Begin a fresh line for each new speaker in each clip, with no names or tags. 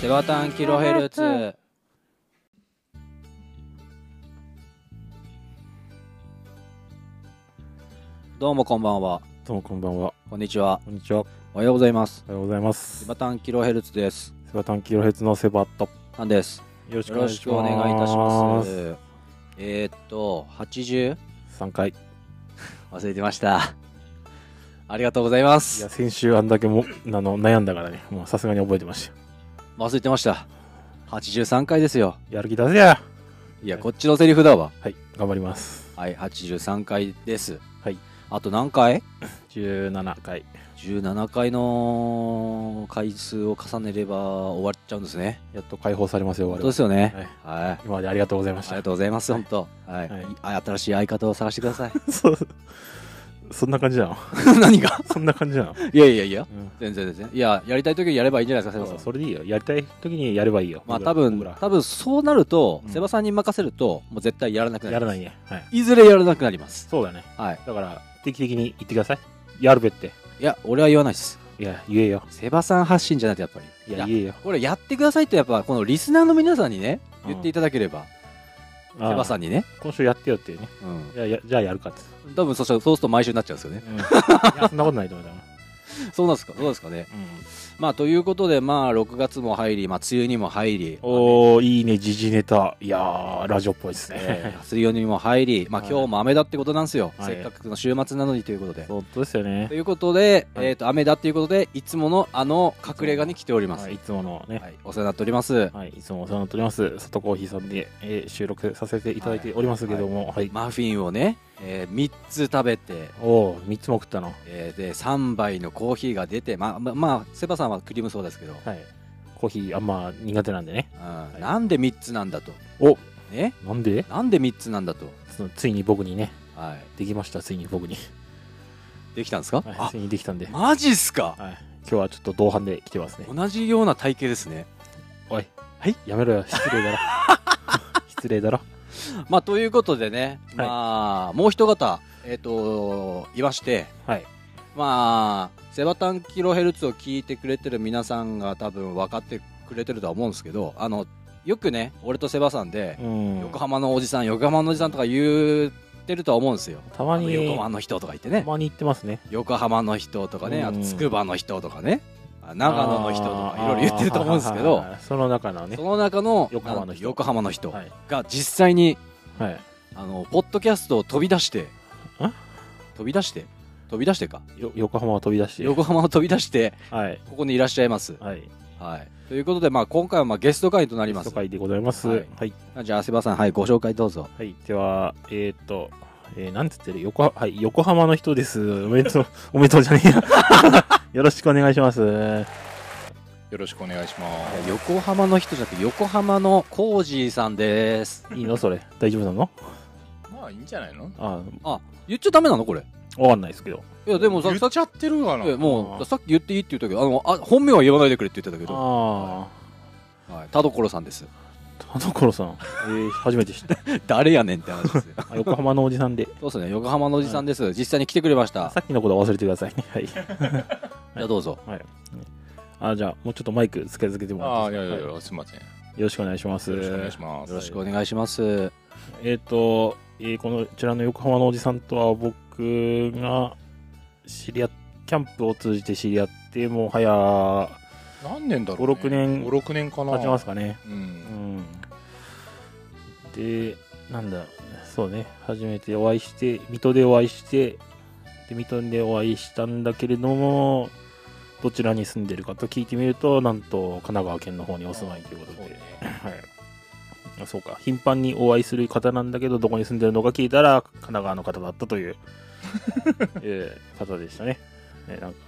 セバタンキロヘルツ。どうもこんばんは。
どうもこんばんは。
こんにちは。
こんにちは。
おはようございます。
おはようございます。
セ
セ
バタンキロヘルツです。
バタンキロヘッツのセバット。
なんです。
よろ
よろしくお願いいたします。えー、っと、80?
す。3回。
忘れてました。ありがとうございま
いや、
す。
先週あんだけも、あの、悩んだからね。もうさすがに覚えてましたよ。
忘れてました。83回ですよ。
やる気出せや
いや、こっちのセリフだわ。
はい、頑張ります。
はい、83回です。
はい。
あと何回
17回。
17回の回数を重ねれば終わっちゃうんですね。
やっと解放されますよ、我
本当
々
で。すよね。
はい。
はい。
今までありがとうございまし
あり
た
が。とうございます、本当。はい
はい。
あ新しい相方を探してくださ い。
そう。 そんな感じなの
何が
そんな感じな の
いやいやいや、
うん。
全然全然。いや、やりたい時にやればいいんじゃないですか、セ
そ
バ
う
さん。
それでいいよ。やりたい時にやればいいよ。
まあ
僕ら
多分
僕、ら
多分そうなると、
うん
セバさんに任せると、もう絶対やらなくなり
や
ます。
らないね。はい。
いずれやらなくなります。
そうだね。
はい。
だから、定期的に言ってください。やるべって。
いや、俺は言わないです。
いや、言えよ。
セバさん発信じゃないとやっぱり。
いや、言えよ。
これやってくださいってやっぱこのリスナーの皆さんにね
うん
言っていただければ、
ああ
セバさんにね、
今週やってよってね。
う
いやいやじゃあやるかって。
ん、多分そしたらそうすると毎週になっちゃうんですよね
いや、そんなことないと思うよ。
そうなんですかそうですかね
うん、
まあということでまあ6月も入り、まあ、梅雨にも入り
おー、いいね、時事ネタ。いやー、ラジオっぽいですね。
えー梅雨にも入り、まあ、
はい
今日も雨だってことなんですよ、
はい
せっかくの週末なのにということで。
本当ですよね
と。いうことで、
はい
えー、と雨だっていうことでいつものあの隠れ家に来ております、
は
はい
い、いつものね、
お世話になっております
はい、いつもお世話になっております、外コーヒーさんで、えー収録させていただいておりますけども、はい。
マフィンをね、え3つ食べて、
おー、3つも食ったの。
えーで3杯のコーヒーが出てまあまあまあセバさんはクリームそうですけど、
はい。コーヒーあんま苦手なんでね。
うん
い
なんで3つなんだと、
お
ね、
なんで
なんで3つなんだと、
そのついに僕にね、
は
できました、ついに僕に。
い、できたんですか、
はい、ついにできたんで。
あ
はい。
マジっすか
今日はちょっと同伴で来てますね。
同じような体型ですね。
おい、
はい
やめろよ、失 礼だろ。失礼だろ。
まあ、ということでね、
い
まあ、もう一方、えっ、と、いまして、
はい。
まあ、セバタンキロヘルツを聞いてくれてる皆さんが多分分かってくれてるとは思うんですけど、あの、よくね、俺とセバさんで、
うん
横浜のおじさん、横浜のおじさんとか言ってるとは思うんですよ。
た
あ
ま
の
に、
横浜の人とか言って
た
ね。
まに行ってますね。
横浜の人とかね、
うん
あとつくばの人とかね、あ長野の人とかいろいろ言ってると思うんですけ
あー
ど
はいはい、 はいその中のね
そ。の中の
横浜の人
あ横浜の人
はい。
が実際に
はい。
あのポッドキャストを飛び出して
あ
飛び出して飛び出してか
よ横浜を飛び出して。
横浜を飛び出して
はい。
ここにいらっしゃいます、
はい。
はい、ということで、まあ、今回はまあゲスト会となりま
ゲス
す
ト会でございます。
は
はいい。はい。
じゃあセバさんはいご紹介どうぞ
では、えーっと、えー、なんつってる横は、はい、横浜の人です。おめでとう、 おめでとうじゃねえや。 よろしくお願いします。は
よろしくお願いしま
いや
す。
横浜の人じゃなくて横浜のコージーさんです
いいのそれ。大丈夫なの
まあいいんじゃないの
あ
あ言っちゃダメなのこれ
ー、わかんないですけど。
いやでもさ
言
さ
っちゃってるがな。
いやも
あ
う
ー
さっき言っていいって言ったけどあのあ本名は言わないでくれって言ってたけど、
あ
はい、田所さんです
あ、田所さん。えー、初めて知った。
誰やねんって話ですよ
あ横浜のおじさんで。
そうですね横浜のおじさんです、実際に来てくれました
さっきのことは忘れてくださいね。 はい。
じゃあどうぞ
あじゃあもうちょっとマイクつけ続けてもら
あ
っ
あ、い
て
やいやい
は
や、すみません。よ
いよろしくお願いします
ろしくお願いします。
よろしくお願いします。
えっ、と、えーこのこちらの横浜のおじさんとは僕が知り合っキャンプを通じて知り合ってもはや
何年だろう、ね、
5 6年
5、6年かな。
経ちますかね
う。
うんんでなんだそうね初めてお会いして水戸でお会いしてで水戸でお会いしたんだけれどもどちらに住んでるかと聞いてみるとなんと神奈川県の方にお住まいということ
そう
で
ね
はい、あそうか頻繁にお会いする方なんだけどどこに住んでるのか聞いたら神奈川の方だったという、 えー方でしたねねなんか、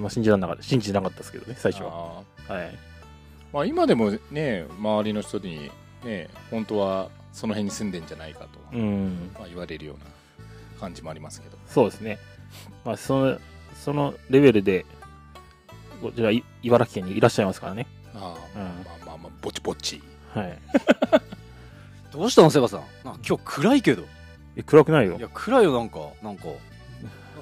まあ、信じらんなかった信じなかったですけどね最初は、
あ
はい、
ーまあ今でもね、周りの人に、ね、本当はその辺に住んでんじゃないかと、
うん
まあ、言われるような感じもありますけど。
そうですね、まあ、そのそのレベルでこちらい茨城県にいらっしゃいますからね、
あ
うん
あ、まあまあまあ、ぼちぼち。
はい、
どうしたのセバさん。なんか今日暗いけど。
え暗くないよ
いや暗いよなんかなんか。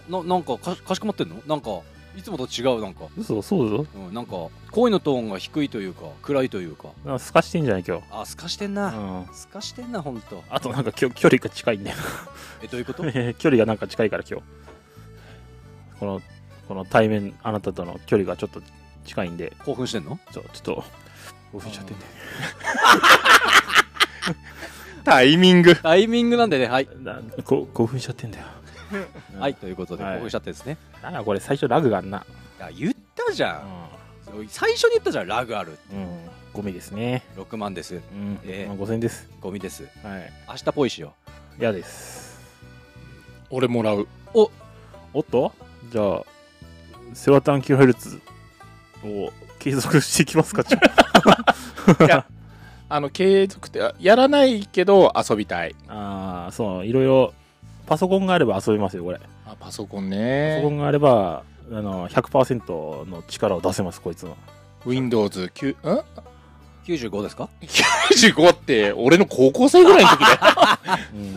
なななんかかしかしこまってんの？なんかいつもと違うなんか、
嘘そうだぞ
うん、なんか声のトーンが低いというか暗いというか
なんかすかしてんじゃない今日
あすかしてんな、
うん
すかしてんなほんと
あとなんかきょ距離が近いんだよ
えどういうこと
距離がなんか近いから今日このこの対面あなたとの距離がちょっと近いんで
興奮してんの
ちょちょっと興奮しちゃってんだよ
タイミング。
タイミングなんでねはい、
なこ興奮しちゃってんだよ
はいということで
はい
興奮しちゃってですね、
なんだこれ最初ラグがあんな、
い、や言ったじゃん、最初に言ったじゃんラグある
うん、ゴミですね、
6万です
うん
ええ
まあ、5000です
ゴミです
はい
明日ぽいしよ
嫌です
俺もらう。
おっとじゃあセワタンキロヘルツを継続していきますかじゃ
あの、継続って、あやらないけど遊びたい。
ああーそういろいろパソコンがあれば遊べますよこれ
あ、パソコ
パソコ
ンね。
ンがあればあの100%の力を出せますこいつの
Windows 9、ん
う95ですか
?95 って、俺の高校生ぐらいの時だよ。
うん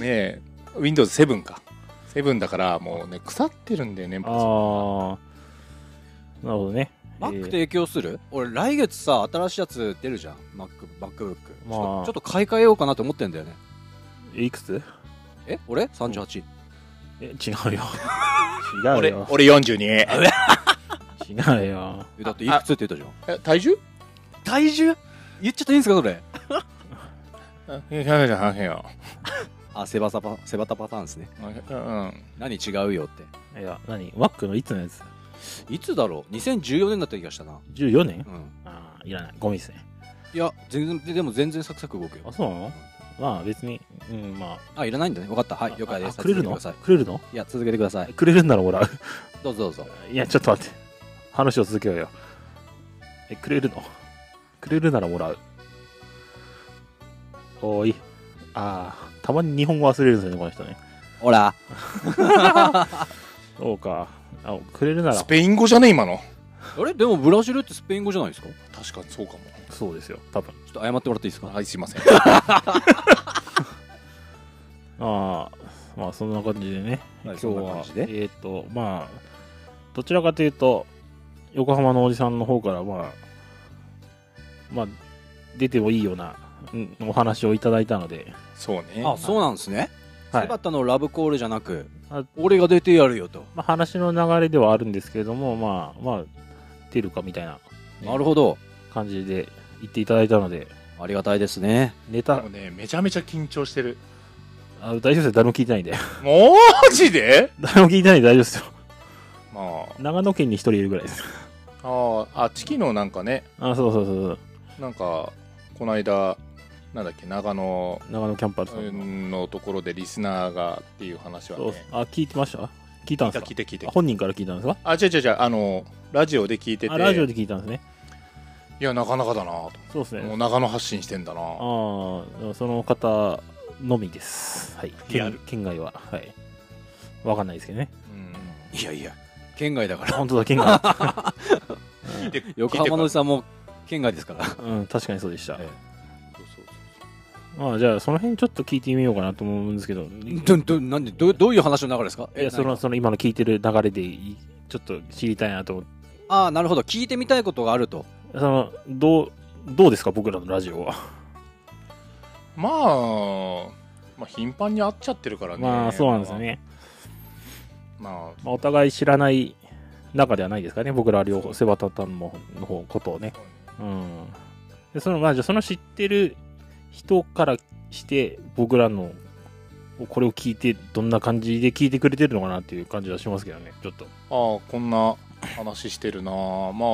ねえ、Windows 7か。7だから、もうね、腐ってるんだよね、パソ
ああなるほどね
マック
え
提供する、俺来月さ新しいやつ出るじゃん MacBook
ま
ち
あ
ょっとちょっと買い替えようかなと思ってんだよね
ーいくつ
え俺 ?38、
え 違うよ
コン。
違う
俺、
よ
俺42。
違うよ
えだっていくつって言ったじゃん
え体重
体重言っちゃっていいんですかそれ
あ、いやいやいやいや
あセバサパセバタパターンですね
うん。
何違うよって
いや何マックのいつのやつ
いつだろう2014年だった気がしたな
14年
うん
ああいらないゴミですね
いや全然ででも全然サクサク動く
あ
よ
そうなのまあ別にうんま
あいらないんだね分かった
あ
はい了解です
あくれる
続
の
けてくださ
くれるの
いいや続けてください
くれるんならもらう
どうぞどうぞ
いやちょっと待って話を続けようよえくれるのくれるならもらうおーいああたまに日本語忘れるんですよねこの人ね
ほら
そうかあくれるなら
スペイン語じゃね今の。
あれでもブラジルってスペイン語じゃないですかちょ
確かにそうかも。
そうですよ多分
っと謝ってもらっていいですか
はい、すいま せん。
ああまあそんな感じでね、
はい
今日
そんな
は
感じで
えっ、とまあどちらかというと横浜のおじさんの方からまあまあ出てもいいようなうんお話をいただいたので
そうね。
あそうなんですね
はい
セバタのラブコールじゃなく
あ
俺が出てやるよと
まあ、話の流れではあるんですけれども、まあ、まあ、出るかみたいなね
なるほど
感じで言っていただいたので、
ありがたいですね
ネタ
もう、ね、めちゃめちゃ緊張してる。
あ大丈夫ですよ、誰も聞いてないんで。
マジで
誰も聞いてないんで大丈夫ですよ。
ま
長野県に一人いるぐらいです。
あ、ああ、あ、チキのなんかね、
あ、そうそうそうそう、
なんか、この間、なんだっけ、長野
長野キャンパーさんの。
のところでリスナーがっていう話は
そう
ね、
あ、聞いてました聞いたん
聞
で
いた
すか
聞いて聞いて
あ。本人から聞いたんですか
あ、違う違う違う、あの、ラジオで聞いてて、
あ、ラジオで聞いたんですね。
いや、なかなかだなと。
そうです
もう
ね。
長野発信してんだな
ああ、その方のみです。はい。
リアル
県県外は。はい。わかんないですけどね。
うん
いやいや県外だから
本当だ、県外。
聞いて聞いて
横浜のおじさんも県外ですから
うん、確かにそうでした。
え
そうそうそう
まあじゃあその辺ちょっと聞いてみようかなと思うんですけど、
どどなんでどどういう話の流れですか
いやその
何か
その今の聞いてる流れでいちょっと知りたいなと思って、
ああなるほど聞いてみたいことがあると
そのどうどうですか僕らのラジオは。
まあまあ頻繁に会っちゃってるからね
まあそうなんですよね。
まあ
まあお互い知らない中ではないですかね僕ら両方セバタタンもの方ことをね。うん。でそのまあじゃあその知ってる人からして僕らのこれを聞いてどんな感じで聞いてくれてるのかなっていう感じはしますけどねちょっと。
ああこんな話してるなあまあ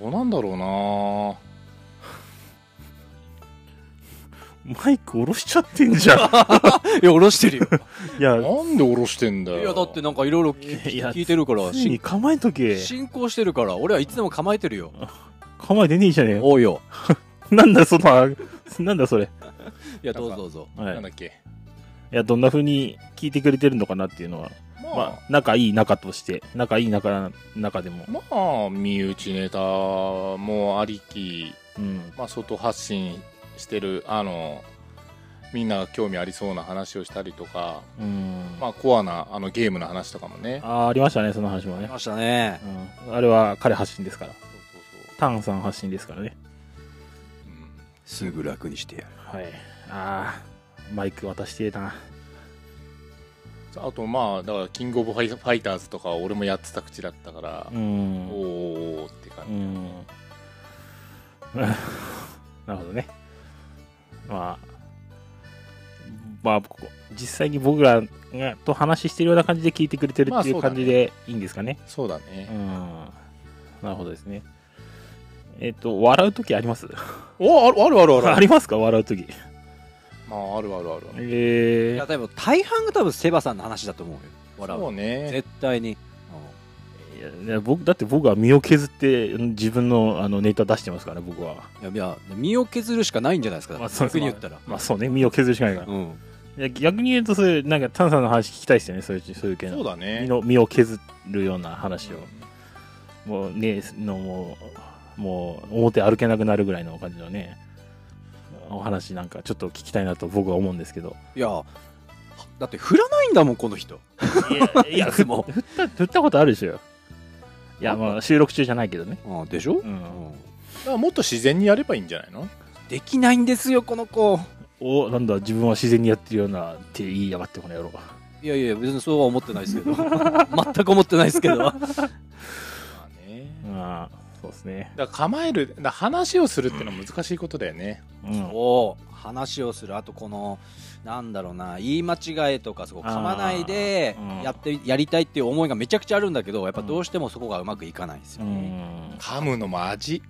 どうなんだろうな
マイク下ろしちゃってんじ ゃ ん。
いや下ろしてるよ
いや
なんで下ろしてんだよ
いやだってなんかいろいろ
いや
聞いてるから
ついに
し
構えとけ
進行してるから俺はいつでも構えてる よ
構えてねえじゃねえよ
おうよ
なんだその なんだそれ、
いやどうぞどうぞ
はい
なんだっけ
いやどんな風に聞いてくれてるのかなっていうのは、
まあ、
まあ、仲いい仲として仲いい仲な中でも、
まあ身内ネタもありき、
うん、
まあ、外発信してるあのみんなが興味ありそうな話をしたりとか、
うん
まあ、コアなあのゲームの話とかもね
あーありましたねその話もね
りましたね。
うんあれは彼発信ですから
そうそう
タンさん発信ですからね
そう、
す
う
ぐ楽にしてやる。
はいああマイク渡してえなん
あとまあだからキングオブファイファイターズとかは俺もやってた口だったから
う、ん
おーおーおーって感
う
じ、
ん なるほどねまあまあここ実際に僕らがと話してるような感じで聞いてくれてる
まあ
っていう
そうだ
感
ね
じでいいんですかね
そうだね、
うんなるほどですねえっ、と笑う時あります
おあるあるある あ
あ
る
りますか笑う時
まああるあるある
え
い
え
や、でも大半が多分セバさんの話だと思うよ。笑う。
そうね
絶対に。
いやいや僕だって僕は身を削ってうん自分のあのネタ出してますから僕は
うんいや、いや身を削るしかないんじゃないですか。
まあそうです
逆に言ったら。
まあそうね身を削るしかないから、
うん。
いや逆に言うとそういうなんか炭酸の話聞きたいですよねそういうそういう系の
そうだね
身の身を削るような話を、もうねのもうもう表歩けなくなるぐらいの感じのねお話なんかちょっと聞きたいなと僕は思うんですけど
いや、だって振らないんだもん、この人。
い やいや
いつも
振った振ったことあるでしょいやまあ収録中じゃないけどね
うんでしょ、
うん
うん
だからもっと自然にやればいいんじゃないの
できないんですよ、この子。
おなんだ自分は自然にやってるようなって言いやがってこの野郎
いやいや、別にそうは思ってないですけど。 全く思ってないですけど。
まあね
まあそうですね、
だから構えるだから話をするっていうのは難しいことだよね、
うん、
を話をするあとこのなんだろうな言い間違えとかそこ噛まないで
あーうん
やってやりたいっていう思いがめちゃくちゃあるんだけどやっぱどうしてもそこがうまくいかないんですよ、ね
噛むのも味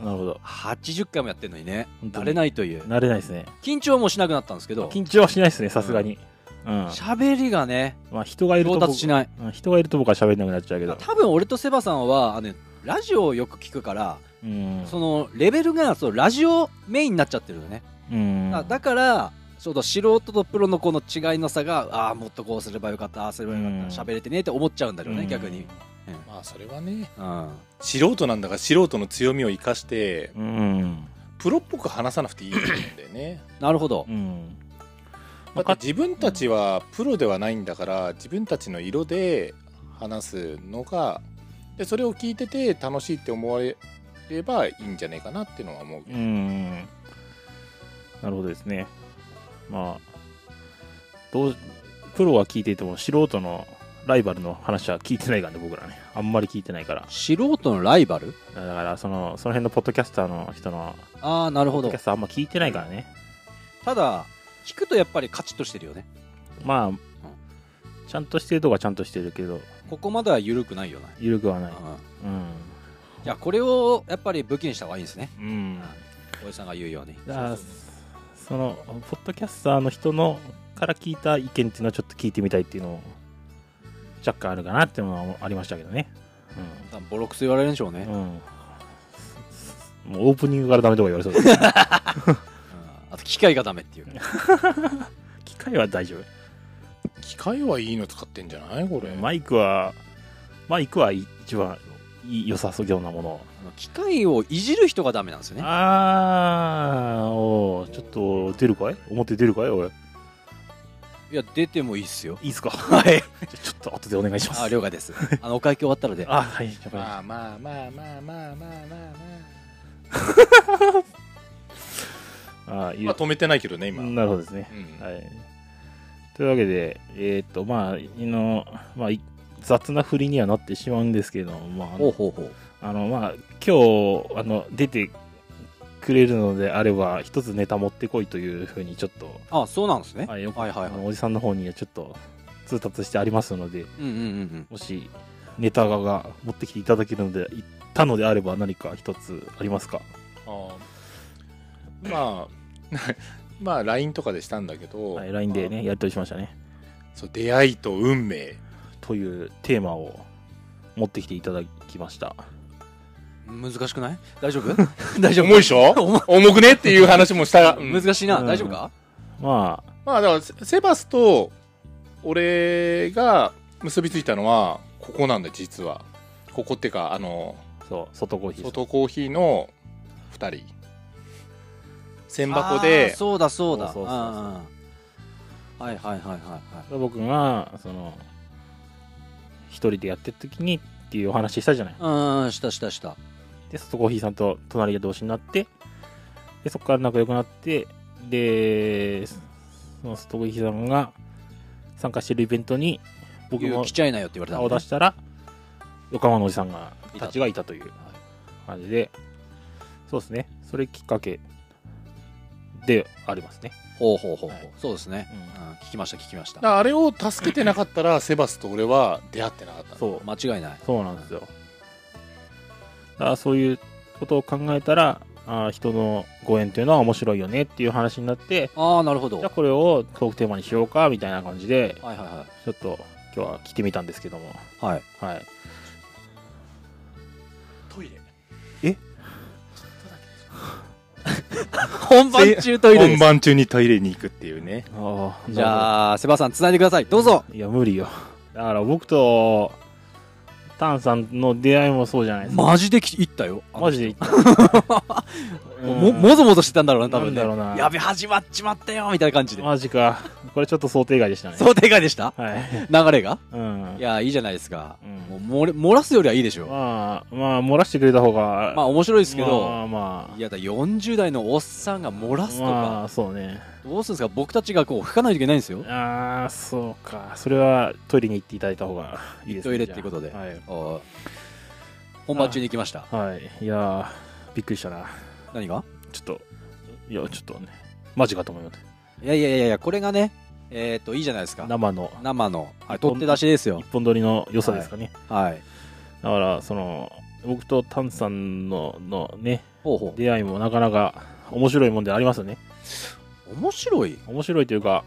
なるほど
80回もやってるのにね
本当
慣
に
れないという
慣れないですね
緊張もしなくなったんですけど
緊張はしないですねさすがに、うん
喋りがね
まあ、人がいると
上達しない
僕うん人がいると僕は喋れなくなっちゃうけど、
多分俺とセバさんはあのねラジオをよく聞くから
うん
そのレベルがそうラジオメインになっちゃってるのね
うん
だだからちょうど素人とプロのこの違いの差がああーもっとこうすればよかったああすればよかった
うん
喋れてねえって思っちゃうんだろうね、
うん
逆に、
まあそれはね
うん、
素人なんだから素人の強みを生かして
うん
プロっぽく話さなくていいと思うんだよ ね
なるほど
う、ん
だって自分たちはプロではないんだから自分たちの色で話すのがでそれを聞いてて楽しいって思われればいいんじゃないかなっていうのは思うけ
う
ど、
んなるほどですねまあどうプロは聞いていても素人のライバルの話は聞いてないからね僕らねあんまり聞いてないから
素人のライバル
だからそのその辺のポッドキャスターの人の
ああなるほ
ポッド
ど
キャスターあんま聞いてないからね
ただ聞くとやっぱりカチッとしてるよね
まあちゃんとしてるとこはちゃんとしてるけど
ここまでは緩くないよね、
緩くはない
うん、
うん
いやこれをやっぱり武器にした方がいいんですね
うん
おじさんが言うように
だからそのポッドキャスターの人のから聞いた意見っていうのはちょっと聞いてみたいっていうのを若干あるかなっていうのはありましたけどね
多分ボロクソ言われるんでしょう
う
ね、
ん、
うん
うんもうオープニングからダメとか言われそうです
あと機械がダメっていう
機械は大丈夫
機械はいいの使ってんじゃないこれ、
マイクはマイクは一番いい良さそうなものを
あの機械をいじる人がダメなんですよね
あーおーちょっと出るかい表出るかいおい
いや出てもいいっすよ
いいっすか
はい
じゃ ちょっと後でお願いします
あ了解 ですあのお会計終わったので
あはいやっぱり
まあまあまあまあまあまあまあ
あ
ま
ー
あ、
言
まあ、
う
止めてないけどね今、
なるほどですね
うん
はい、というわけで、えっとまああのまあ、い雑な振りにはなってしまうんですけど、まああ
ほう
の
ほうほう
あのまあ、今日あの出てくれるのであれば一つネタ持ってこいというふうにちょっと、
あそうなんですね
はいよく
はいはいは
あ
い
のおじさんの方にはちょっと通達してありますので
うんうんうん
もしネタが持ってきていただけるのでいたのであれば何か一つありますか
あーまあ まあ LINE とかでしたんだけど、
はい LINE でねやり取りしましたね
そう出会いと運命
というテーマを持ってきていただきました
うん難しくない大 丈夫大丈夫
重いでしょ
重
重くねっていう話もした、うん
い難しいな
うん
大丈夫か
まあ
まあだからセセバスと俺が結びついたのはここなんだ実はここってかあの
そう外コーヒーさん
外コーヒーの2人千箱で
あーそうだそうだ
そうそうそうそう
うんうんはいはいはいはいはい
僕がその一人でやってる時にっていうお話したじゃない
うんうんしたしたした
で外コーヒーさんと隣で同士になってでそこから仲良くなってでその外コーヒーさんが参加してるイベントに僕
言う
も
来ちゃいなよって言われた
顔
の
を出
ね
したら横浜のおじさんが
いた
たちがいたという感じでそうですねそれきっかけでありますね
ほうほうほうほう
はい
そうですね
う
うん聞きました聞きまし
だか
た
らあれを助けてなかったらセバスと俺は出会ってなかったの
そう
間違いない
そうなんですよ。だからそういうことを考えたら、あー人のご縁というのは面白いよねっていう話になって、
ああなるほど
じゃ
は
あこれをトークテーマにしようかみたいな感じで、
いはいは
ちょっと今日は来てみたんですけども、
いはい
はい。
トイレ
え
ちょっとだけ
本番中トイレで
本
す
番中にトイレに行くっていうね
あ
じゃあセバさんつないでくださいどうぞ
いや、無理よ。だから僕と、タンさんの出会いもそうじゃないですか。
マジできいったよあの
マジで言った
もももぞもぞしてたんだろうな多分ね
なんだろうな
やべ始まっちまったよみたいな感じで
マジか。これちょっと想定外でしたね。
想定外でした
はい。
流れが
うん。
いやいいじゃないですか
うん
もう漏れ漏らすよりはいいでしょ
まあ、まあ、漏らしてくれた方が、
まあ面白いですけ
まあ
ど
まあ、
いやだ40代のおっさんが漏らすと
ま
か
あ、そうね。
どうするんですか僕たちがこう吹かないといけないんですよ
ああ、そうか。それはトイレに行っていただいた方がいいですね。
トイレっ
じゃあ
ていうことで
はい。
おー本番中に行きました
はい。いやー、びっくりしたな。
何が
ちょっと、いや、ちょっとね、マジかと思いまし
いやいやいやいやこれがねえっといいじゃないです
た。
か
生の、
生のはい取って出しですよ
一本撮りの良さですかね。
はい
だから、その、僕とタンさんののね、
ほうほ
出会いもなかなか面白いもんでありますよね。
う面白い
面白いというか、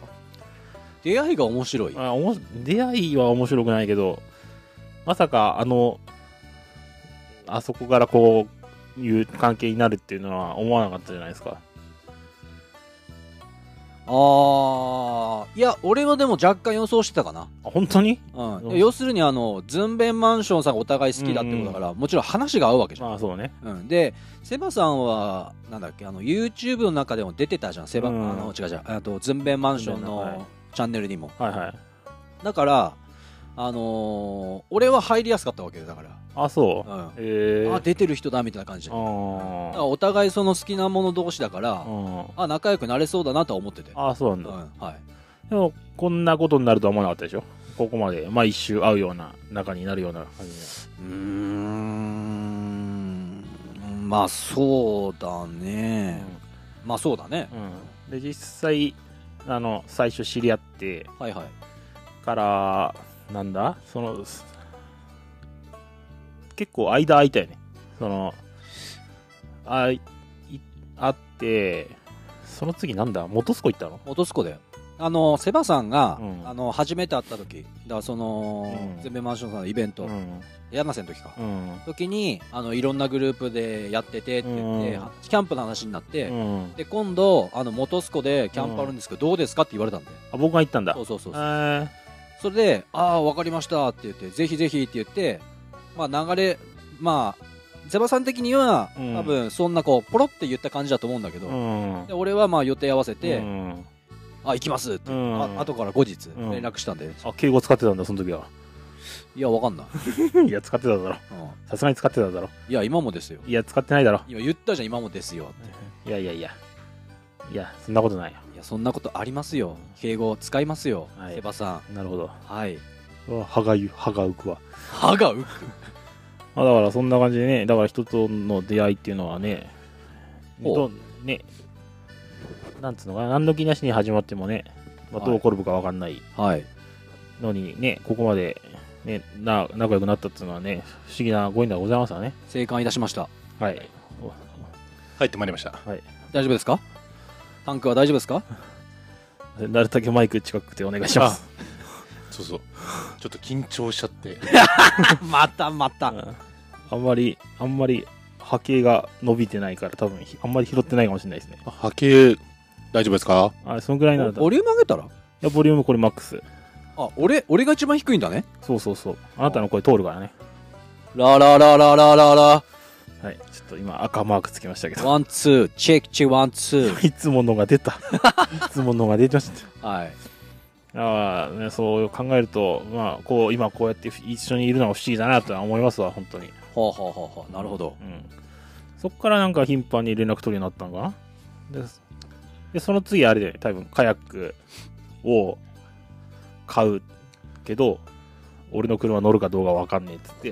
出会いが面白い
あおも出会いは面白くないけどまさかあのあそこからこういう関係になるっていうのは思わなかったじゃないですか
ああいや俺はでも若干予想してたかな、
あ本当に
うん
うん
要するにあのズンベンマンションさんがお互い好きだってことだから、もちろん話が合うわけじゃん、
まあそうね
うん、でセバさんはなんだっけあの YouTube の中でも出てたじゃんセバ、
うん
あの違う違うあとズンベンマンション
ズンベンのは
のチャンネルにも
はいはい
だからあのー俺は入りやすかったわけよだから、
あそう、
うん
ええー、
あ出てる人だみたいな感じでだか
あ
らお互いその好きなもの同士だから、
ー
あ仲良くなれそうだなとは思ってて、
ああそうなん
う
だ、
んはい、
でもこんなことになるとは思わなかったでしょここまで毎週会うような仲になるような感
う
じ
ーんまあそうだ
で、
ね、まあそうだね、
うん、で実際あの最初知り合って
はいはい
からなんだそのす結構間空いたよねそのあいあってその次なんだ元栖湖行ったの
元栖湖であのセバさんが、
うん
あの初めて会った時だからその
うん
全米マンションさんのイベント、
うん
山瀬の時か、
うん
時にあのいろんなグループでやっててって言って、
うん
キャンプの話になって、
うん
で今度あの元栖湖でキャンプあるんですけど、どうですかって言われたんで
あ僕が行ったんだ
そうそうそう
え
そうそ
ー
れで「ああ分かりました」って言って「ぜひぜひ」って言ってまあ流れまあセバさん的には
うん
多分そんなこうポロって言った感じだと思うんだけど、
うん
で俺はまあ予定合わせて「
うん
あ行きます」って、
うん
あ後から後日
うん
連絡したんで、
あ敬語使ってたんだその時は
いや分かんない、
いや使ってただろ
うん
さすがに使ってただろ
いや今もですよ
いや使ってないだろ
今言ったじゃん今もですよ
いやいやいやいやそんなことないよ
いやそんなことありますよ敬語使いますよ、
はい
セバさん
なるほど
はい
あ歯がゆ歯が浮くわ
歯が浮く
まあ、だからそんな感じでね、だから人との出会いっていうのはね、
ほう
どね、なんつうのかな、何の気なしに始まってもね、まあ、
はい
どう転ぶかわかんない
はい
のにね、ここまで、ね、な仲良くなったっていうのはね、不思議なご縁ではございますわね。
生還いたしました
はい。お
入ってまいりました
はい。
大丈夫ですかタンクは大丈夫ですか
なるだけマイク近くてお願いします。
そうそうちょっと緊張しちゃって
またまた、
うんあんまり、あんまり波形が伸びてないから、多分ひあんまり拾ってないかもしれないですね。
波形大丈夫ですか
あ、そのぐらい
お
なら、い
ボリューム上げたら
や、ボリュームこれマックス。
あ俺俺が一番低いんだね
そうそうそう。あなたの声通るからね。
ラララララララ
はい。ちょっと今赤マークつきましたけど。
ワンツーチェックチェワンツー
いつものが出た。いつものが出ました。
はい
ああ、ね、そう考えると、まあ、こう、今こうやって一緒にいるのが不思議だなとは思いますわ、本当に。
ほうほうほうほうなるほど
うん。そっからなんか頻繁に連絡取るようになったのかなでで、その次あれだよね、多分、カヤックを買うけど、俺の車乗るかどうかわかんねえっつって、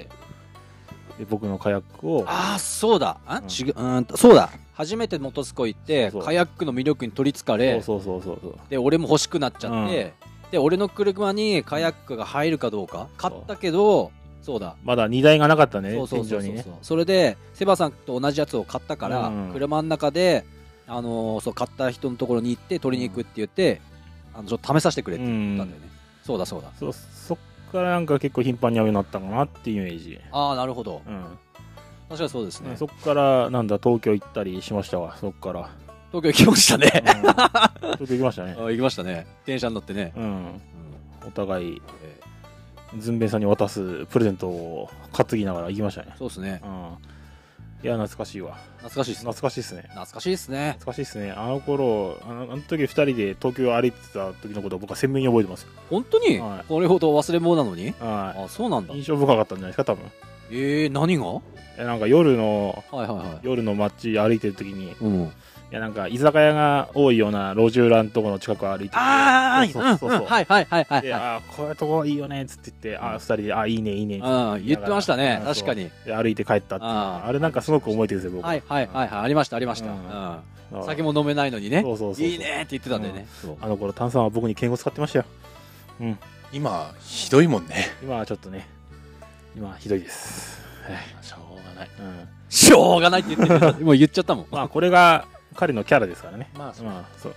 で、僕のカヤックを、
ああそうだあ、
うん
違ううーんとそうだ初めて元栖湖行って
そう
カヤックの魅力に取りつかれ
そうそうそうそうそう。
で俺も欲しくなっちゃって、で俺の車にカヤックが入るかどうか買ったけどそうだ
まだ荷台がなかったね、
そうそうそう
天井
そう、
にね。
それでセバさんと同じやつを買ったから、
うん
車の中で、あのーそう買った人のところに行って取りに行くって言って、あのちょっと試させてくれって言ったんだよね、そうだそうだ
そそっからなんか結構頻繁に会うようになったかなっていうイメージ。
ああなるほど
うん。
確かにそうですね、
そっから、なんだ、東京行ったりしましたわ、そっから。
東京行きましたね、
うん 東京行きましたね
あ。ー行きましたね電車に乗ってね、
うん。
うん
お互い、
えー
ずんべいさんに渡すプレゼントを担ぎながら行きましたね。
そうですね
うん。いや、懐かしいわ。
懐かしいですね
懐かしいですね。
懐かしいですね
懐かしいですね。あの頃、あのあの時二人で東京を歩いてた時のことを僕は鮮明に覚えてますよ。
本当に、
はい
これほど忘れ物なのに
は
あそうなんだ
い。印象深かったんじゃないですか、多分。
えー、何がは
えなんか夜の、
いはいはい
夜の街歩いてる時に、
うん、
いやなんか居酒屋が多いような路地裏のところの近くを歩いてて
あー
そう
あ
そう
うん
そううん
はいはいはいはい
で
はい
あーこういうとこいいよねっつって言ってあー二人であーいいねいいねっつっ
うん言ってましたね
うん
確かに
てで歩いて帰ったっていうの
あ
が
ー
あれなんかすごく覚えてるんですよ僕
はいはいはいはいありましたありました、う
う
んん
あー
酒も飲めないのにね
そうそうそう
いいねって言ってたんだよね、そう
あの頃炭酸は僕に敬語使ってましたよ
今ひどいもんね
今はちょっとね今はひどいです、
しょうがない
うん、
しょうがないって言ってるもう言っちゃったもん
まあこれが彼のキャラですからね
まあその
まあそう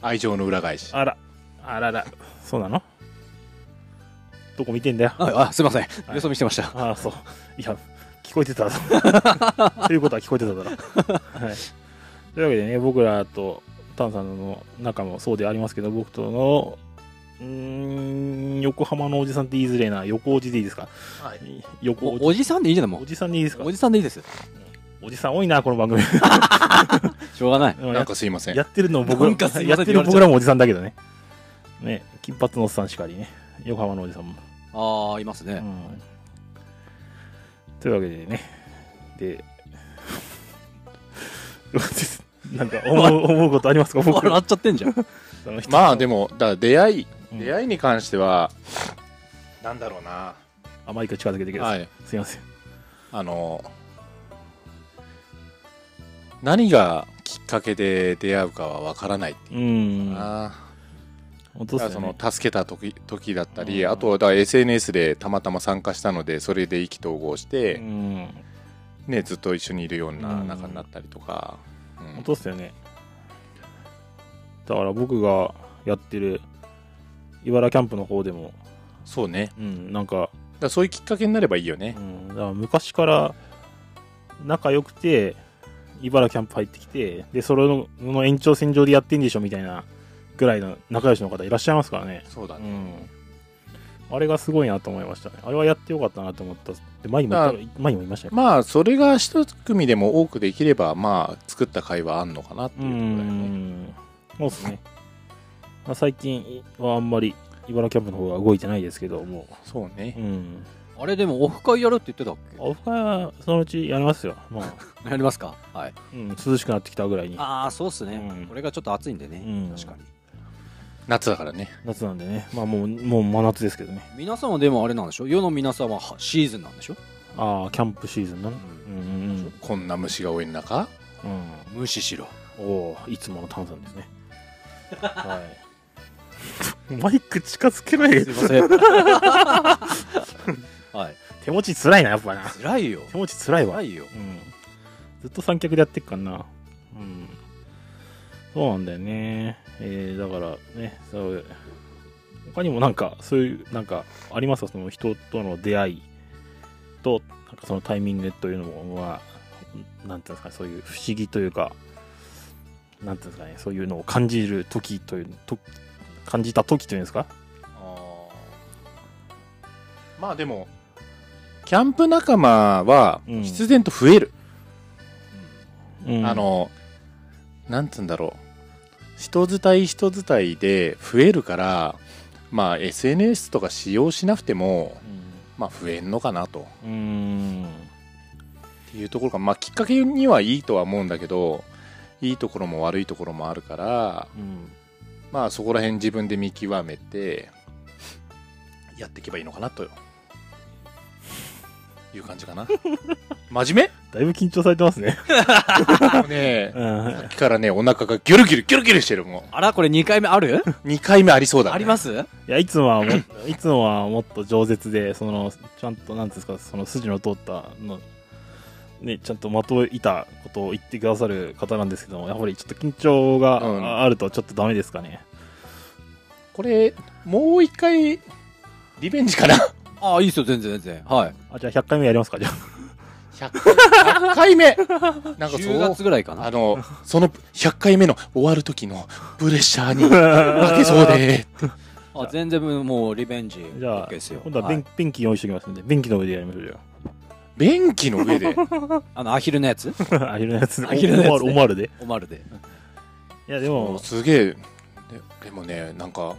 愛情の裏返し
あらあららそうなのどこ見てんだよ
ああすいません、
い
よそ見してました
ああ、そう。いや、聞こえてた。ということは聞こえてただろ。はい。というわけでね、僕らと炭さんの仲もそうでありますけど、僕との、うーん、横浜のおじさんって言いづれえな、横おじでいいですか。
はい
横おじ
おおじさんでいいじゃないも
お
う
じさんでいいですか
おじさんでいいです
おじさん多いな、この番組。
しょうがない
なんかすいません
やってるの僕
なんかすいま
や
せん
ってる僕らもおじさんだけどね。ね、金髪のおっさんしかりね、横浜のおじさんも。
ああいますね、
うん というわけでね、で、 なんか思う思うことありますか、僕ら
笑っちゃってんじゃん
その人
まあでもだから出会い
うん
出会いに関しては、なんだろうな
あマイク近づけてくだ
は
さい。
い
すいません。。
あの何がきっかけで出会うかはわからないっていううんな、
本当で
だから
す
そ
よ
の
ね。
助けた時時だったり、
うん
あとはだから SNS でたまたま参加したのでそれで意気投合し
う
て、
ん。
ね、ずっと一緒にいるような
うん
仲になったりとか、うん
本当ですよね。だから僕がやってる茨キャンプの方でも、
そうね
うん、なんか、
だからそういうきっかけになればいいよね
う、ん、だから昔から仲良くて茨城キャンプ入ってきてでそれのその延長線上でやってんでしょみたいなぐらいの仲良しの方いらっしゃいますからね、
そうだ
う
ね、
ん、あれがすごいなと思いましたねあれはやってよかったなと思ったで前にも言った前にも言いましたよ、
まあそれが一組でも多くできればまあ作った会はあんのかなって
う
いうところだよね
んそうですね、まあ、最近はあんまり茨城キャンプの方が動いてないですけども
そうね
う、うん
あれでもオフ会やるって言ってたっ
オフ会はそのうちやりますよ、まあ
けやりますかはい
うん、涼しくなってきたぐらいに
ああそうっすね、
うん
これがちょっと暑いんでね、
うん
確かに
夏だからね
夏なんでねまあもうもう真夏ですけどね
皆さんはでもあれなんでしょ世の皆さんははシーズンなんでしょ、
ああキャンプシーズンなのうんうん
こんな虫が多い中
うん、
無視しろ
うん、おおいつもの炭酸です ねはいマイク近づけない
すいません はい
手持ちつらいなやっぱな
辛いよ
手持ちつらいわ、
辛いよ
うん、ずっと三脚でやってっからなうんそうなんだよねえー、だからねそう他にもなんかそういうなんかありますかその人との出会いとなんかそのタイミングというのもはなんていうんですかねそういう不思議というかなんていうんですかねそういうのを感じる時というと感じた時というんですか
まあでもキャンプ仲間は
うん
必然と増える、
うん
あ、のなんつうんだろう人伝い人伝いで増えるからまあ SNS とか使用しなくてもまあ増えんのかなと
うんうん
っていうところがまあきっかけにはいいとは思うんだけどいいところも悪いところもあるから
うん
まあそこら辺自分で見極めてやっていけばいいのかなという感じ かな真面
だいぶ緊張されてますね。
目もうね
うん
さっきからねお腹がギュルギュルギュルギュルしてるも
あらこれ2回目ある
う2回目ありそうだ、ね、
あります
いや、いつもはも、いつもはもっと饒舌で、その、ちゃんと、なんていうんですか、その筋の通ったの、ね、ちゃんとまといたことを言ってくださる方なんですけども、やっぱりちょっと緊張
うん
があるとちょっとダメですかね。
これもう一回リベンジかな
ああいいですよ全然全然はい
あ、じゃあ100回目やりますか、じゃあ。
100, 100回 目なんかそ
10
う
月ぐらいか
あ
な
のその100回目の終わる時のプレッシャーに負けそう で
あ全然もうリベンジ
じゃあ
OK ですよ
今度は
は
便
い
器、便器用意しておきますんで、便器の上でやりましょうよ。
便器の上で
あのアヒルのやつ
アヒルのやつで。
アヒルのやつ
お
ね
おまるで。
おまるで
いや、で
もう
も、
すげえででもねなんか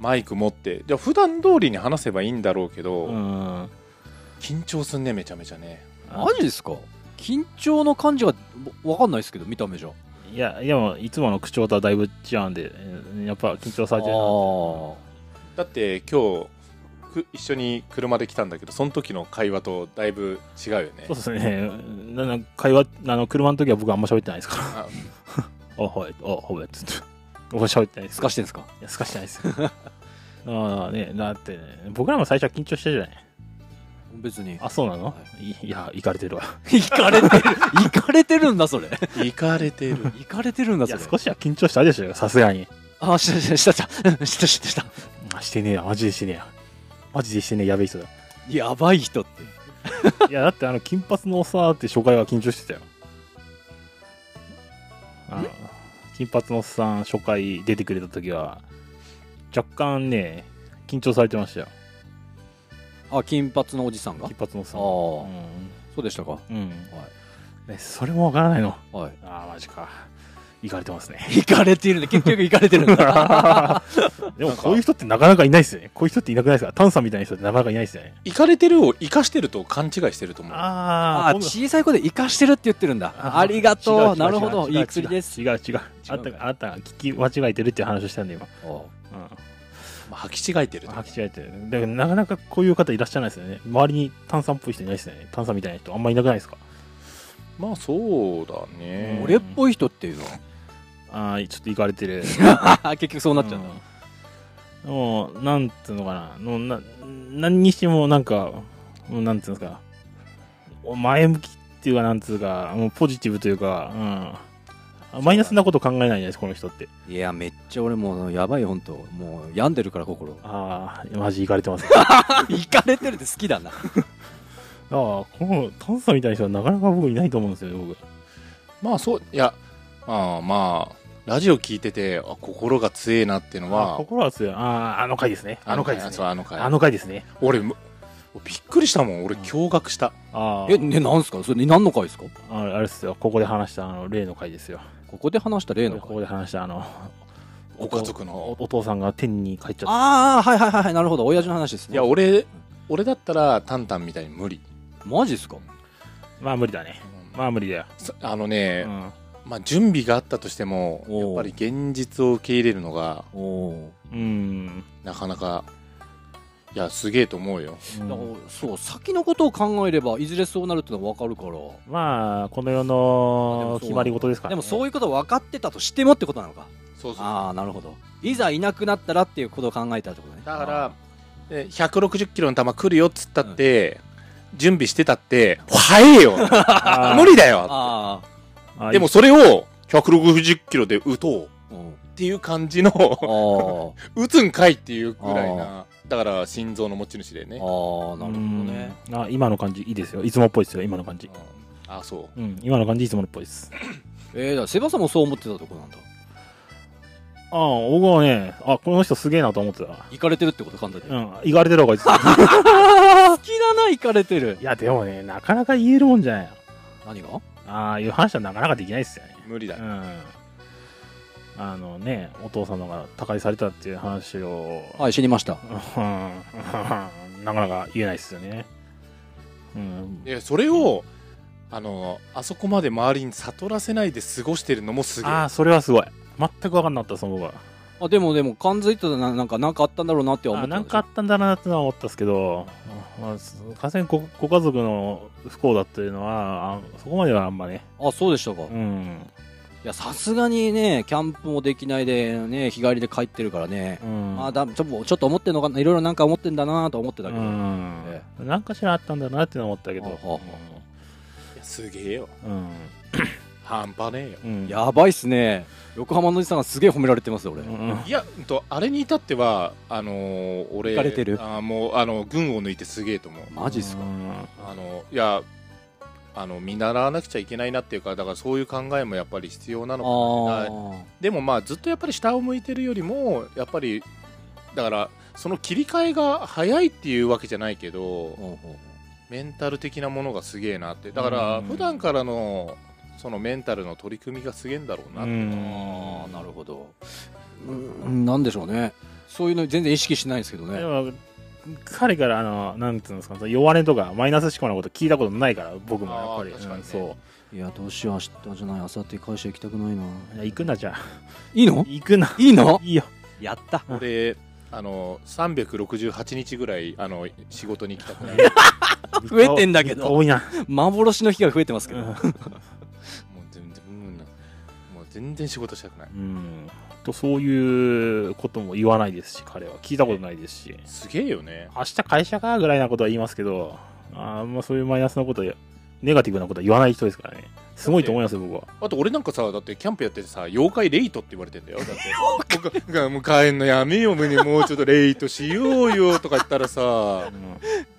マイク持ってで普段通りに話せばいいんだろうけど、
うん。
緊張すんねめちゃめちゃね
あ
マジですか緊張の感じがわわかんないですけど見た目じゃ
いや、でも、いつもの口調とはだいぶ違うんで、うんやっぱ緊張されてるな
あ
だって今日く一緒に車で来たんだけどその時の会話とだいぶ違うよね
そうですね。ななんか会話、あの、車の時は僕あんま喋ってないですから。
あ
あ、はい、あ、はい、つって。 僕は喋ってないですす。
かしてんすか
いや、すかしてないです。 ああね、だってね、僕らも最初は緊張してたじゃない。
別に
あ、そうなの
はい
いや、行かれてる わ。
行かれてる行かれてるんだそれ
行かれてる
行かれてるんだ
い
そ
や、
れ
少しは緊張したでしょうよ、さすがに。
あしたしたしたしたうんしたしたした
あしてねえや、マジでしてねえや。マジでしてねえ、やべえ人だ。
やばい人って
いや、だってあの、金髪のおっさんだって初回は緊張してたよ。あの金髪のおっさん、初回出てくれた時は、若干ね、緊張されてましたよ。
あ金髪のおじさんがあ
金髪のおっ
あ
さん。
そううでしたか
ん。うん。ね、それもわからないの。
はい
ああ、マジか。行かれてます ね。
行かれているね結局行かれてるんだ
でも、こういう人ってなかなかいないですよね。こういう人っていなくないですかタンさんみたいな人ってなかなかいないですよね。
行かれてるを生かしてると勘違いしてると思 う
あ
あ小さい子で生かしてるって言ってるんだありがとうなるほどいい薬です
違う違うあなたがあなたが聞き間違えてるっていう話をしたんで今、うん、
まあ、履き違えてると
履き違えてるだからなかなかこういう方いらっしゃらないですよね周りに炭酸っぽい人いないですよね炭酸みたいな人あんまいなくないですか
まあそうだね
うん
俺っぽい人っていうの
ああちょっと行かれてる
は結局そうなっちゃうんだ
うんもうなんつうのかなもうな何にしてもなんかもうなんつうんですかお前向きっていうかなんつうかもうポジティブというか、うんあ、マイナスなこと考えないじゃないですかこの人って
いやめっちゃ俺もうやばい本当もう病んでるから心
ああマジ行かれてます
行かれてるって好きだな
ああ、この炭酸みたいな人はなかなか僕いないと思うんですよね、僕。
まあそういやあーまあラジオ聞いててあ心が強えなっての
あ
は
心は強い。ああ、あの回ですね。あの回です
そう
ね。
あの回
あの回ですね。
俺むびっくりしたもん俺
うん
驚愕した、
ああ、
えねなんすかそれ何の回ですか
あれあれですよ。ここで話した、あの、例の回ですよ。
ここで話した例の
ここ
回
で話した、あの、
ご家族の
おお父さんが天に帰っちゃっ
ああはいはいはいはいなるほど親父の話ですね
いや俺俺だったらタンタンみたいに無理、
マジっすか
た。まあ無理だね。まあ無理だよ。
そあの
う
ね、
ん。
まあ、準備があったとしても
おう
やっぱり現実を受け入れるのが
おお
うん。
なかなかいやすげえと思うよ
うん
そう先のことを考えればいずれそうなるってのは分かるから
まあ、この世
でもそう
の決まり事ですから
で
ね。
もそう
い
いうこと分かってたとしてもってことなのか
そうそう
ああなるほどいざいなくなったらっていうことを考えたってことね
だからで160キロの球来るよっつったって、準備してたって早 え
う
よ無理だよ
あ
理
でも、それを160キロで打とう
あうん
っていう 感じの
あー
打つんかいっていうぐらいなだから心臓の持ち主で
あーなる
ね
ほ
あ
どね。
うんあ今の感じいいですよ。いつもっぽいですよ、今の感じ。
ああそう
うん、今の感じいつものっぽいです。
えー、だからセバさんもそう思ってたとこなんだ
ああ、僕はね、あ、この人すげえなと思ってた。
行かれてるってこと簡単に、
う
好
ん、言われてるわ、こいつ。
きだな行かれてる
いや、でもね、なかなか言えるもんじゃないよ。
何が
ああいう話はなかなかできないですよね。
無理だ、
うん。あのね、お父様が他界されたっていう話を、
はい、知りました。
うん なかなか言えないですよね。うん。
でそれをあのあそこまで周りに悟らせないで過ごしてるのもすげえ
ああ、それはすごい。全く分かんなかった、その方が。
あ、でもでも、感づいたな、なんか、なんかあったんだろうなって思っ
あ
た
なんん
です
かあ
よ。
ったんだなってのは思ったんですけど、まあ、す完全にごご家族の不幸だっていうのは、あそこまではあんまね。
あ、そうでしたか。
う
い
ん。
や、さすがにね、キャンプもできないで、ね、日帰りで帰ってるからね
う。ん。
あだちょっとちょっと思ってんのかな、いろいろなんか思ってんだなと思ってた
う
けど。
ん
え。
なんかしらあったんだなってのは思ったけど。
はあは
すげえよ
うん。
半端ねえよ
うん。
やばいっすね。横浜のおじさんがすげえ褒められてますよ、俺。
うん
いやうんとあれに至ってはあのー俺
行かれてる
あーもうあの群を抜いてすげえと思う
マジっすか。
うん
あのいやあの見習わなくちゃいけないなっていうかだからそういう考えもやっぱり必要な
あ
のかなはい
ー
でもまあずっとやっぱり下を向いてるよりもやっぱりだからその切り替えが早いっていうわけじゃないけど
ほうほう
メンタル的なものがすげえなってだから
うん
普段からのそのメンタルの取り組みがすげえんだろうなって、
あーなるほど。うん、なんでしょうね。そういうの全然意識しないんですけど
で
ね。
も彼からあのなんていうんですかその弱音とかマイナス思考なこと聞いたことないから僕もやっぱり
あー確か
う
にね
んそ
いや、どうしよう、明日じゃない、明後日会社行きたくないな。
ういや行くなじゃあ
いいの
行くない
いの
いいよ
やった。
俺あの368日ぐらいあの仕事に行きたくない
増えてんだけど
多いな、
幻の日が増えてます
う
けど。
ん
もう全然うんもう全然仕事したくない
うん、とそういうことも言わないですし彼は聞いたことないですし
すげえよね
明日会社かぐらいなことは言いますけどあんまそういうマイナスなことはネガティブなことは言わない人ですからねすごいと思いますよ僕は
あと俺なんかさだってキャンプやっててさ妖怪レイトって言われてんだよだって僕がもう帰んのやめよ胸もうちょっとレイトしようよとか言ったらさ
う
あ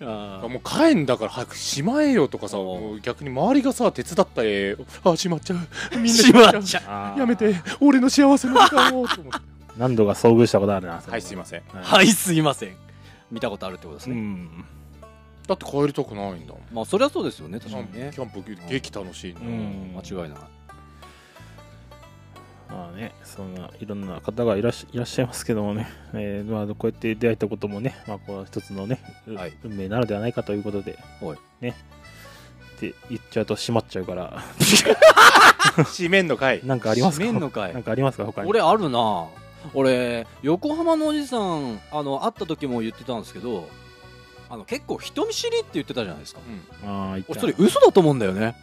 ー
もう帰んだから早くしまえよとかさ
うん
もう逆に周りがさ手伝ったりあしまっちゃう みんな
しまっちゃ
ん
やめて俺の幸せの時間をと思って
何度か遭遇したことあるな
はいすい
ま
ません
せん
う。はい、すいません。見たことあるってことです
う
ね。
ん
だって帰りたくないんだもん
まあ、そりゃそうですよね、
キ
確か
ャ
に
ンプ
ね。
キャンプ激楽しいの、
う
うん
ん、
間違いない。
まあね、そんないろんな方がいらっしいらっしゃいますけどもね、 えーまあ、こうやって出会えたこともね、まあ、こう一つのね、う
はい
運命なのではないかということで、
はい
ね、って言っちゃうと閉まっちゃうから、
閉めんのかい
なんかありますか
閉めんのかい
なんかありますか他に。
俺あるな俺横浜のおじさんあの会った時も言ってたんですけどあの結構人見知りって言ってたじゃないですか
ああ、言っ
俺
た
それ嘘だと思うんだよね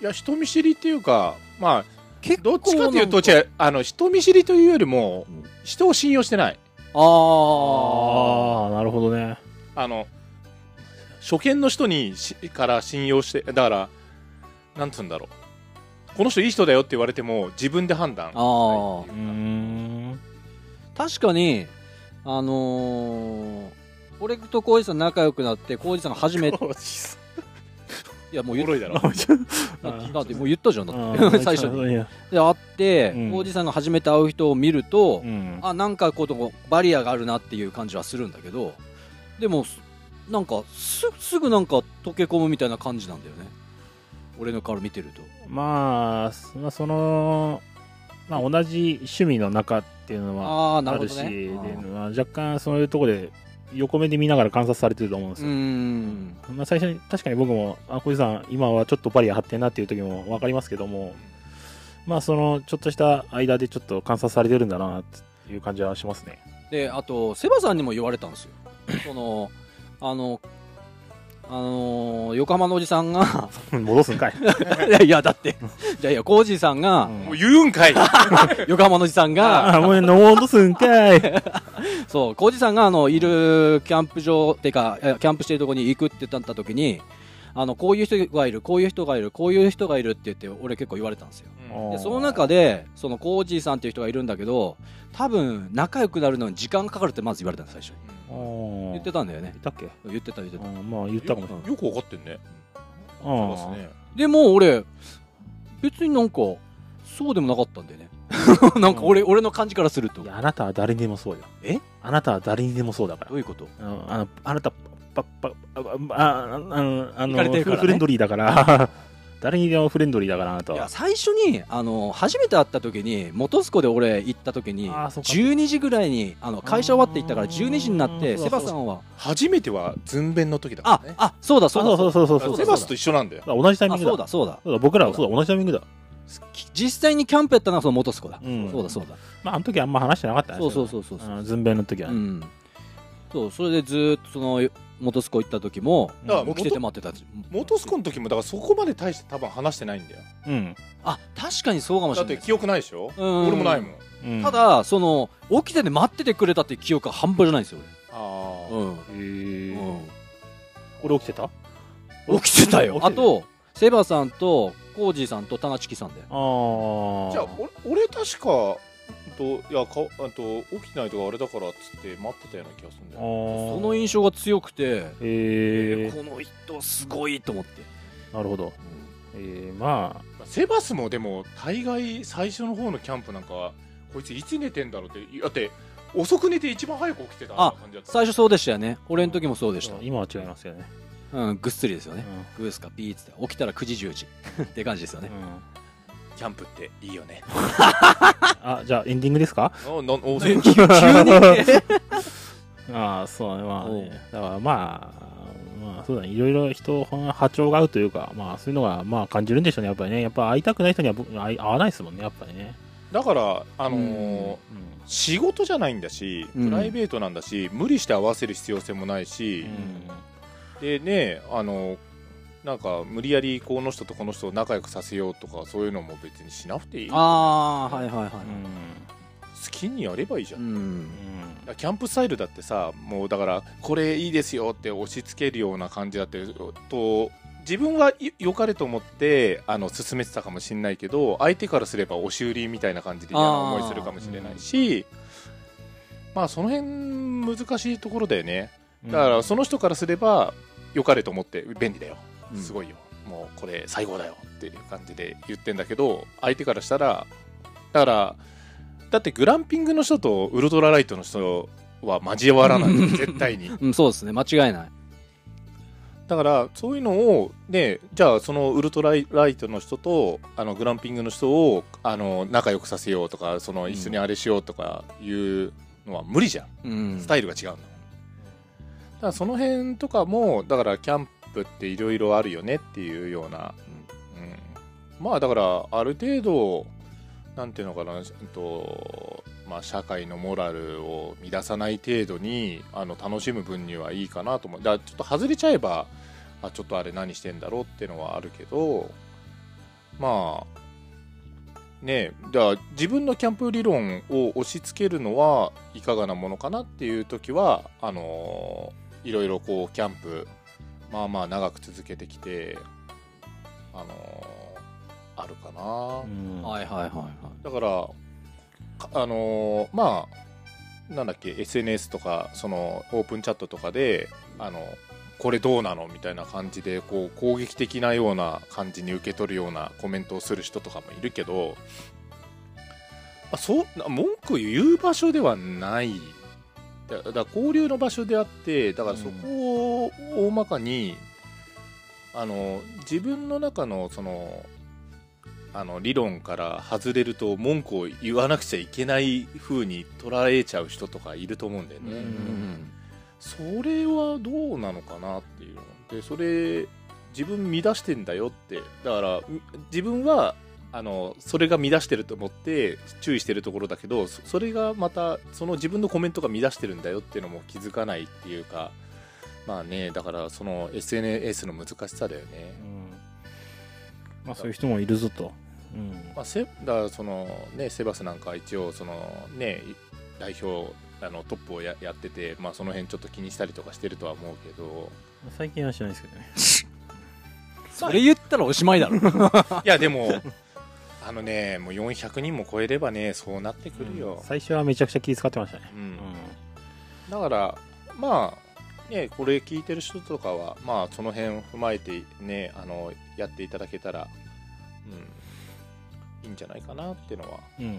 いや人見知りっていうかまあ
結
どっちかっていうと
う
違うあの人見知りというよりも
うん
人を信用してない
ああ
ああ、なるほどね。
あの初見の人にしから信用してだからなんつうんだろうこの人いい人だよって言われても自分で判断
あー
うー。
しないっていうん
確かにあのー俺と浩二さん仲良くなって浩二さんが初めて
かおじさ
いやも
んお
う
も
言っ
ろいだろ
だってだってもう言ったじゃんだ
あ
って
ー
最初に
いや
で会って
うん
浩二さんが初めて会う人を見ると、
うん
あなんかこうバリアがあるなっていう感じはするんだけどでもすなんかすすぐなんか溶け込むみたいな感じなんだよね俺の顔見てると
まあ、そまあその、まあ、同じ趣味の中っていうのは、
ああーな
あ
るほ
る
ど
し、
ね
で
うん
まあ、若干そういうところで横目で見ながら観察されてると思うんで
う
す
ー
よ。
ん
まあ、最初に確かに僕も、あ、小路さん、今はちょっとバリア張ってんなっていう時も分かりますけども、まあ、そのちょっとした間でちょっと観察されてるんだなっていう感じはしますね。
であとセバさんにも言われたんですよそのあのあのー横浜のおじさん が
戻すんかい。
いやいやだっていやいや浩二さんが、
うん
もう言うんかい
横浜のおじさんが
あ、もう戻すんかい。
そう、浩二さんがあのいるキャンプ場ってか、えキャンプしてるとこに行くって言った時に、あのこういう人がいる、こういう人がいる、こういう人がいるって言って、俺結構言われたんですよ。
うん
でその中で、その浩二さんっていう人がいるんだけど、多分仲良くなるのに時間がかかるってまず言われたんです、最初に。
言
言ってたんだよね
言。ったっけ
言ってた、言って
あ
た。
まあ、言ったかもしれない。
よく分かってんねそうですね
でも俺、別になんか、そうでもなかったんだよ ね。なんか俺、俺の感じからすると。
いや
ど
あなたは誰にでもそうよ。
え
あなたは誰にでもそうだから
う。いうこと
あの、あのあなた、パッパッ、あ、ああの、あ
行かれてる
の、
からね
フレンドリーだから、 誰にでもフレンドリーだからあなた
いや
は
最初にあの初めて会った時に本栖湖で俺行った時に
あーそうか
12時ぐらいにあの会社終わって行ったから
あー
12時になって
そう
セ
だそうだ
バさんは
初めてはズンベンの時だか
あ
らね
あそうだそうだ
そうそうそうそう
だ
セバスと一緒なんだよ
あ同じタイミ
あ
ングだ
そうだそうだ
そうだ僕らはそうだ同じタイミングだ
き実際にキャンプやったのはその本栖湖だ、
うん
そうだそうだ
まああの時あんま話してなかったね
そうそうそうそう
あのズンベンの時は
う
ね
んそうそれでずーっとその本栖湖行った時も
だから
起きてて待ってた
元栖湖の時もだからそこまで大して多分話してないんだよ
うん
あ確かにそうかもし
だ
れ
っ
な
て
い
記憶ないでしょ
うん
俺もないもん
うん
ただその起きてて待っててくれたっていう記憶は半端じゃないんですよ
あ
俺うん
へー
うん
俺起きてた
起きてたよ
起き
あ
てたよ
とセバさんとコージーさんとタナチキさんで
あー
じゃあ俺俺確かほんといやかあと起きてないとかあれだからっつって待ってたような気がするんだ
あ
よね
そ
そ
の印象が強くて
え
この人すごいと思って
ー、なるほどえー、まあ
セバスもでも大概最初の方のキャンプなんかはこいついつ寝てんだろうってだって遅く寝て一番早く起きてた
あ
感じだった
最初そうでしたよね俺の時もそうでした
今は違いますよね、
うんぐっすりですよね
うん
グースかピーっつって起きたら9時10時って感じ ですよね
うん
キャンプっていいよね
あじゃあエンディングですか
なな お
急に
ああそうねまあ
おう
ねだからまあまあそうだねいろいろ人波長が合うというかまあそういうのがまあ感じるんでしょうねやっぱりねやっぱ会いたくない人には僕会い会わないですもんねやっぱりね、
だからあのー
うん
う
仕事じゃないんだし
うん
プライベートなんだし、無理して合わせる必要性もない
ん、
しでねあのなんか無理やりこの人とこの人を仲良くさせようとかそういうのも別にしなくていい好
ああはいはいはい、
うん
きにやればいいじゃん、
う
だ
ん
うん
からキャンプスタイルだってさもうだからこれいいですよって押し付けるような感じだってと自分はよ良かれと思ってあの進めてたかもしれないけど相手からすれば押し売りみたいな感じで嫌な思いするかもしれないしまあその辺難しいところだよねだからその人からすれば良かれと思って便利だよ
うん
すごいよ、もうこれ最高だよっていう感じで言ってんだけど相手からしたらだからだってグランピングの人とウルトラライトの人は交わらない絶対に
うん、そうですね間違いない
だからそういうのをねじゃあそのウルトラライトの人とあのグランピングの人をあの仲良くさせようとかその一緒にあれしようとかいうのは無理じゃん
うん
スタイルが違うんだもんだからその辺とかもだからキャンプっていろいろあるよねっていうような、うんまあだからある程度なんていうのかな、うんとまあ、社会のモラルを乱さない程度にあの楽しむ分にはいいかなと思うだからちょっと外れちゃえばあちょっとあれ何してんだろうっていうのはあるけどまあねえだから自分のキャンプ理論を押し付けるのはいかがなものかなっていう時はあのーいろいろこうキャンプまあまあ長く続けてきてあのーあるかな、
うん
はいはいはいはい
だからかあのーまあなんだっけ SNS とかそのオープンチャットとかであのこれどうなのみたいな感じでこう攻撃的なような感じに受け取るようなコメントをする人とかもいるけど、まあ、そうな文句言う場所ではないだだから交流の場所であってだからそこを大まかに、あの自分の中のそのあの理論から外れると文句を言わなくちゃいけない風に捉えちゃう人とかいると思うんだよね、
うん
それはどうなのかなっていうのでそれ自分乱してんだよってだからみ自分はあのそれが乱してると思って注意してるところだけどそそれがまたその自分のコメントが乱してるんだよっていうのも気づかないっていうかまあねだからその SNS の難しさだよね、
うんまあそういう人もいるぞとうん
まあ、セだからそのねセバスなんかは一応そのねい代表あのトップをややってて、まあ、その辺ちょっと気にしたりとかしてるとは思うけど
最近は知らないですけどね
それ言ったらおしまいだ ろ
いやでもあのねもう400人も超えればねそうなってくるよ、
最初はめちゃくちゃ気使ってましたね
うん
うん
だからまあねこれ聞いてる人とかはまあその辺を踏まえてねあのやっていただけたら、うん、いいんじゃないかなっていうのは
うん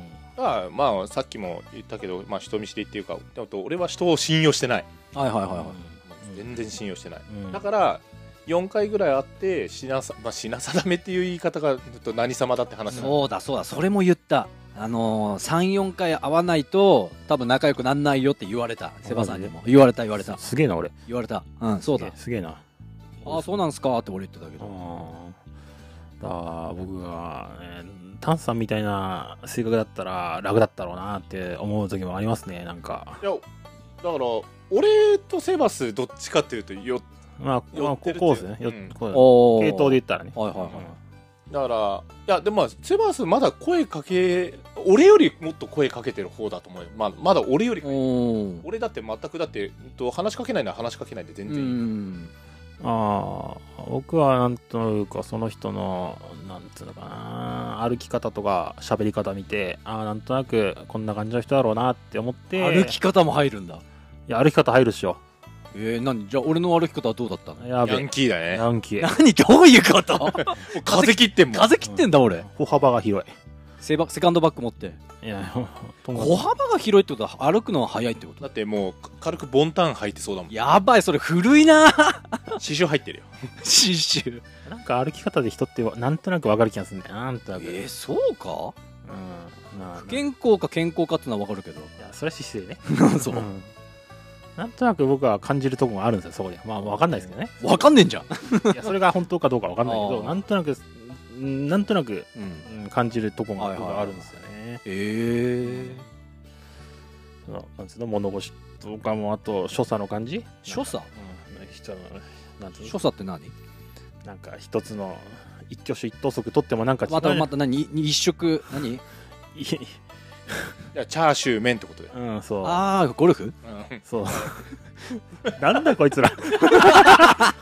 まあ、まあ、さっきも言ったけど、まあ、人見知りっていうか、あと俺は人を信用してない。
はいはいはいはい
全然信用してない。
うん
だから、 4回ぐらいあって品さ、まあ、品定めっていう言い方がちょっと何様だって話なんだけど
そうだそうだそれも言ったあのー、34回会わないと多分仲良くなんないよって言われたセバさんにも言われた言われた
すげえな俺
言われたうんそうだ
すげえな
ああそうなんすかって俺言ってたけど
うんだから僕が、えー、タンさんみたいな性格だったら楽だったろうなって思う時もありますねなんか
いやだから俺とセバスどっちかっていうとよ
まあ、ま
寄
あ、
っ
こ
てる
こうですね
っていう
よ
うん
こ
おお
う系統で言ったらね
はいはいはい
だからいやでもまあセバスまだ声かけ俺よりもっと声かけてる方だと思うよ、まあ、まだ俺より
お
俺だって全くだって、うんと、話しかけないなら話しかけないで全
う
然いい、
ん
ああ僕はなんというかその人のなんつうのかな歩き方とか喋り方見てああなんとなくこんな感じの人だろうなって思って
歩き方も入るんだ
いや歩き方入るっしょ
えー、何じゃあ俺の歩き方はどうだったの
や
ヤ
べ
ンキーだね
ヤンキー
何どういうこと
もう風切ってんも ん
風切ってんだ俺
歩幅が広
セバセカンドバッグ持って
いいやともかく
歩幅が広いってことは歩くのは速いってこと
だってもうか軽くボンタン履いてそうだもん
やばいそれ古いな
刺繍入ってるよ
刺繍
なんか歩き方で人ってわなんとなくわかる気がするんだよななんとなく、
えー、そうか
うんまあ
不健康か健康かってのはわかるけど
いやそれは失礼ね
そうん
なんとなく僕は感じるとこがあるんですよそこでまあわかんないですけどね
わかんねえんじゃん、
いやそれが本当かどうかわかんないけ
あ
ど
ー
なんとなくうんなんとなく
うん、
うん感じるとこが
はいはい
僕はあるんですよね
えー、
そうなんつうの物腰とかもあと所作の感じ
所作
うん人のなんつうの
所作って何
なんか一つの一挙手一投足取ってもなんか違う
またまた何い一食何
い
いやチャーシュー麺ってことだよ、
うんそう
ああゴルフ
うん
そう なんだこいつら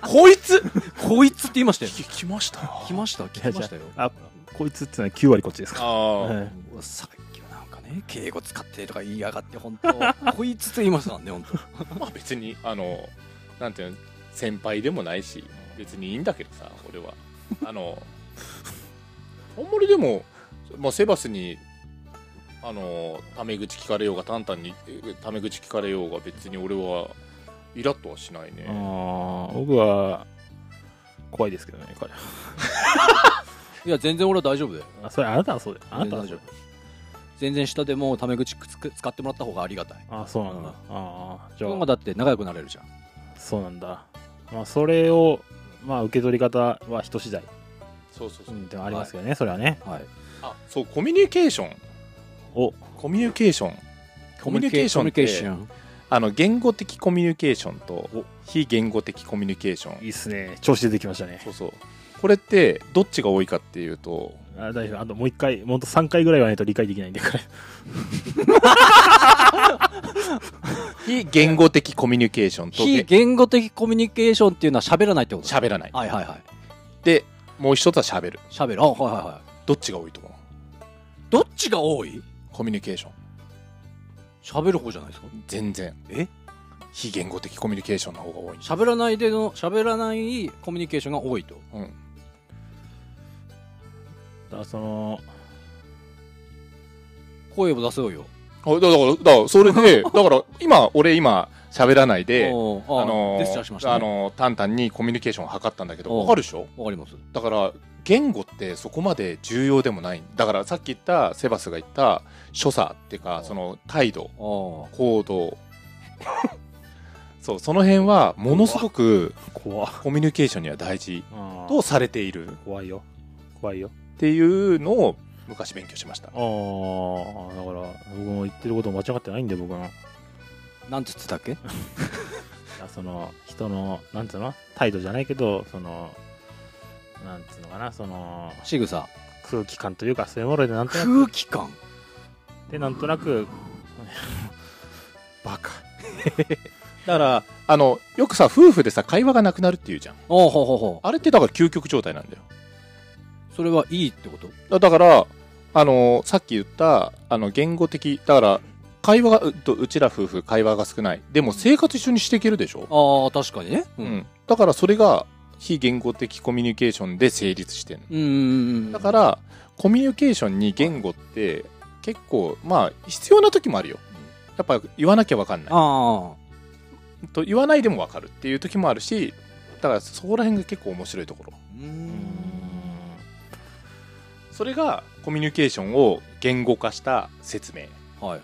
こいつ こいつって言いましたよ
聞きました
来ました聞きましたよ
あこいつってのは9割こっちですか
ああ、
はい
うんさっきはなんかね敬語使ってとか言いやがって本当こいつって言いましたからね本当
まあ別にあのなんていうの先輩でもないし別にいいんだけどさ俺 はあのあんまりでも、まあ、セバスにあのタメ口聞かれようがタンタンにえタメ口聞かれようが別に俺はイラッとはしないね
あー僕は怖いですけどねこれ
いや全然俺は大丈夫だよ
あそれあなたはそうだよあなたはそうだよ
全然下でもタメ口くつく使ってもらった方がありがたい
あそうなん
うん
だあーじ
そ
ゃ
の方が
あ
だって仲良くなれるじゃん
そうなんだまあそれをまあ受け取り方は人次第
そうそうそう、
うんではありますけどね、それはね
はい
あそうコミュニケーション
お
コミュニケーションコミュニケーションって
ン
あの言語的コミュニケーションと非言語的コミュニケーショ
い
ン
いっすね調子出てきましたね
そうそうこれってどっちが多いかっていうと
あ大丈夫あともう一回もっと3回ぐらいはないと理解できないんでこれ
非言語的コミュニケーションと
非言語的コミュニケーションっていうのは喋らないってこと
喋らない
はいはいはい
でもう一つは喋る
喋るあはいはいはい
どっちが多いと思う
どっちが多い
コミュニケーション
喋る方じゃないですか
全然
え
非言語的コミュニケーションの方が多い
喋らないでの喋らないコミュニケーションが多いと
うん
だからその
声を出そうよ
あだからだからそ れでだから今俺今喋らないで
おーあ
あの
ジェスチャーしました
あ
ね
のタンタンにコミュニケーションを図ったんだけど
お
わかるでしょ
わかります
だから言語ってそこまで重要でもないだからさっき言ったセバスが言った所作っていうかその態度
あ
行動 そうその辺はものすごく
怖
コミュニケーションには大事
あー
とされているっ
怖いよ怖いよ
ていうのを昔勉強しました
ああだから僕も言ってること間違ってないんで僕は
あなんつってたっけ
いやその人のなんつうの態度じゃないけどそのなんつうのかなその
仕草
空気感というかそういうものでなんとなく
空気感
でなんとなく バカ
だからあのよくさ夫婦でさ会話がなくなるっていうじゃん
おおほうほうほ
あれってだから究極状態なんだよ
うそれはいいってこと
だだからあのさっき言ったあの言語的だから会話がうとうちら夫婦会話が少ないでも生活一緒にしていけるでしょ、
ああ確かにねう
うんん、だからそれが非言語的コミュニケーションで成立してるの
うんうんうん
だからコミュニケーションに言語って結構まあ必要な時もあるよやっぱ言わなきゃ分かんない
ああ
と言わないでも分かるっていう時もあるしだからそこら辺が結構面白いところ
うー
うんん
それがコミュニケーションを言語化した説明
はいはい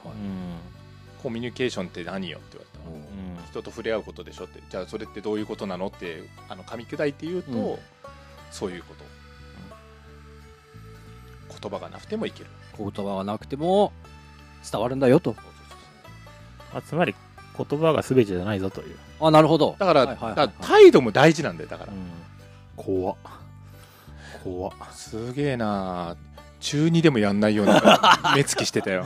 コミュニケーションって何よって言われたら、
うん
人と触れ合うことでしょってじゃあそれってどういうことなのってあの噛み砕いて言うと、
うん
そういうこと、言葉がなくてもいける
言葉がなくても伝わるんだよと
あつまり言葉が全てじゃないぞという、
あなるほど
だか
は
ら,、
いはいはいはい
だから態度も大事なんだよだから、
怖っ怖っ
すげえな中2でもやんないよう な目つきしてたよ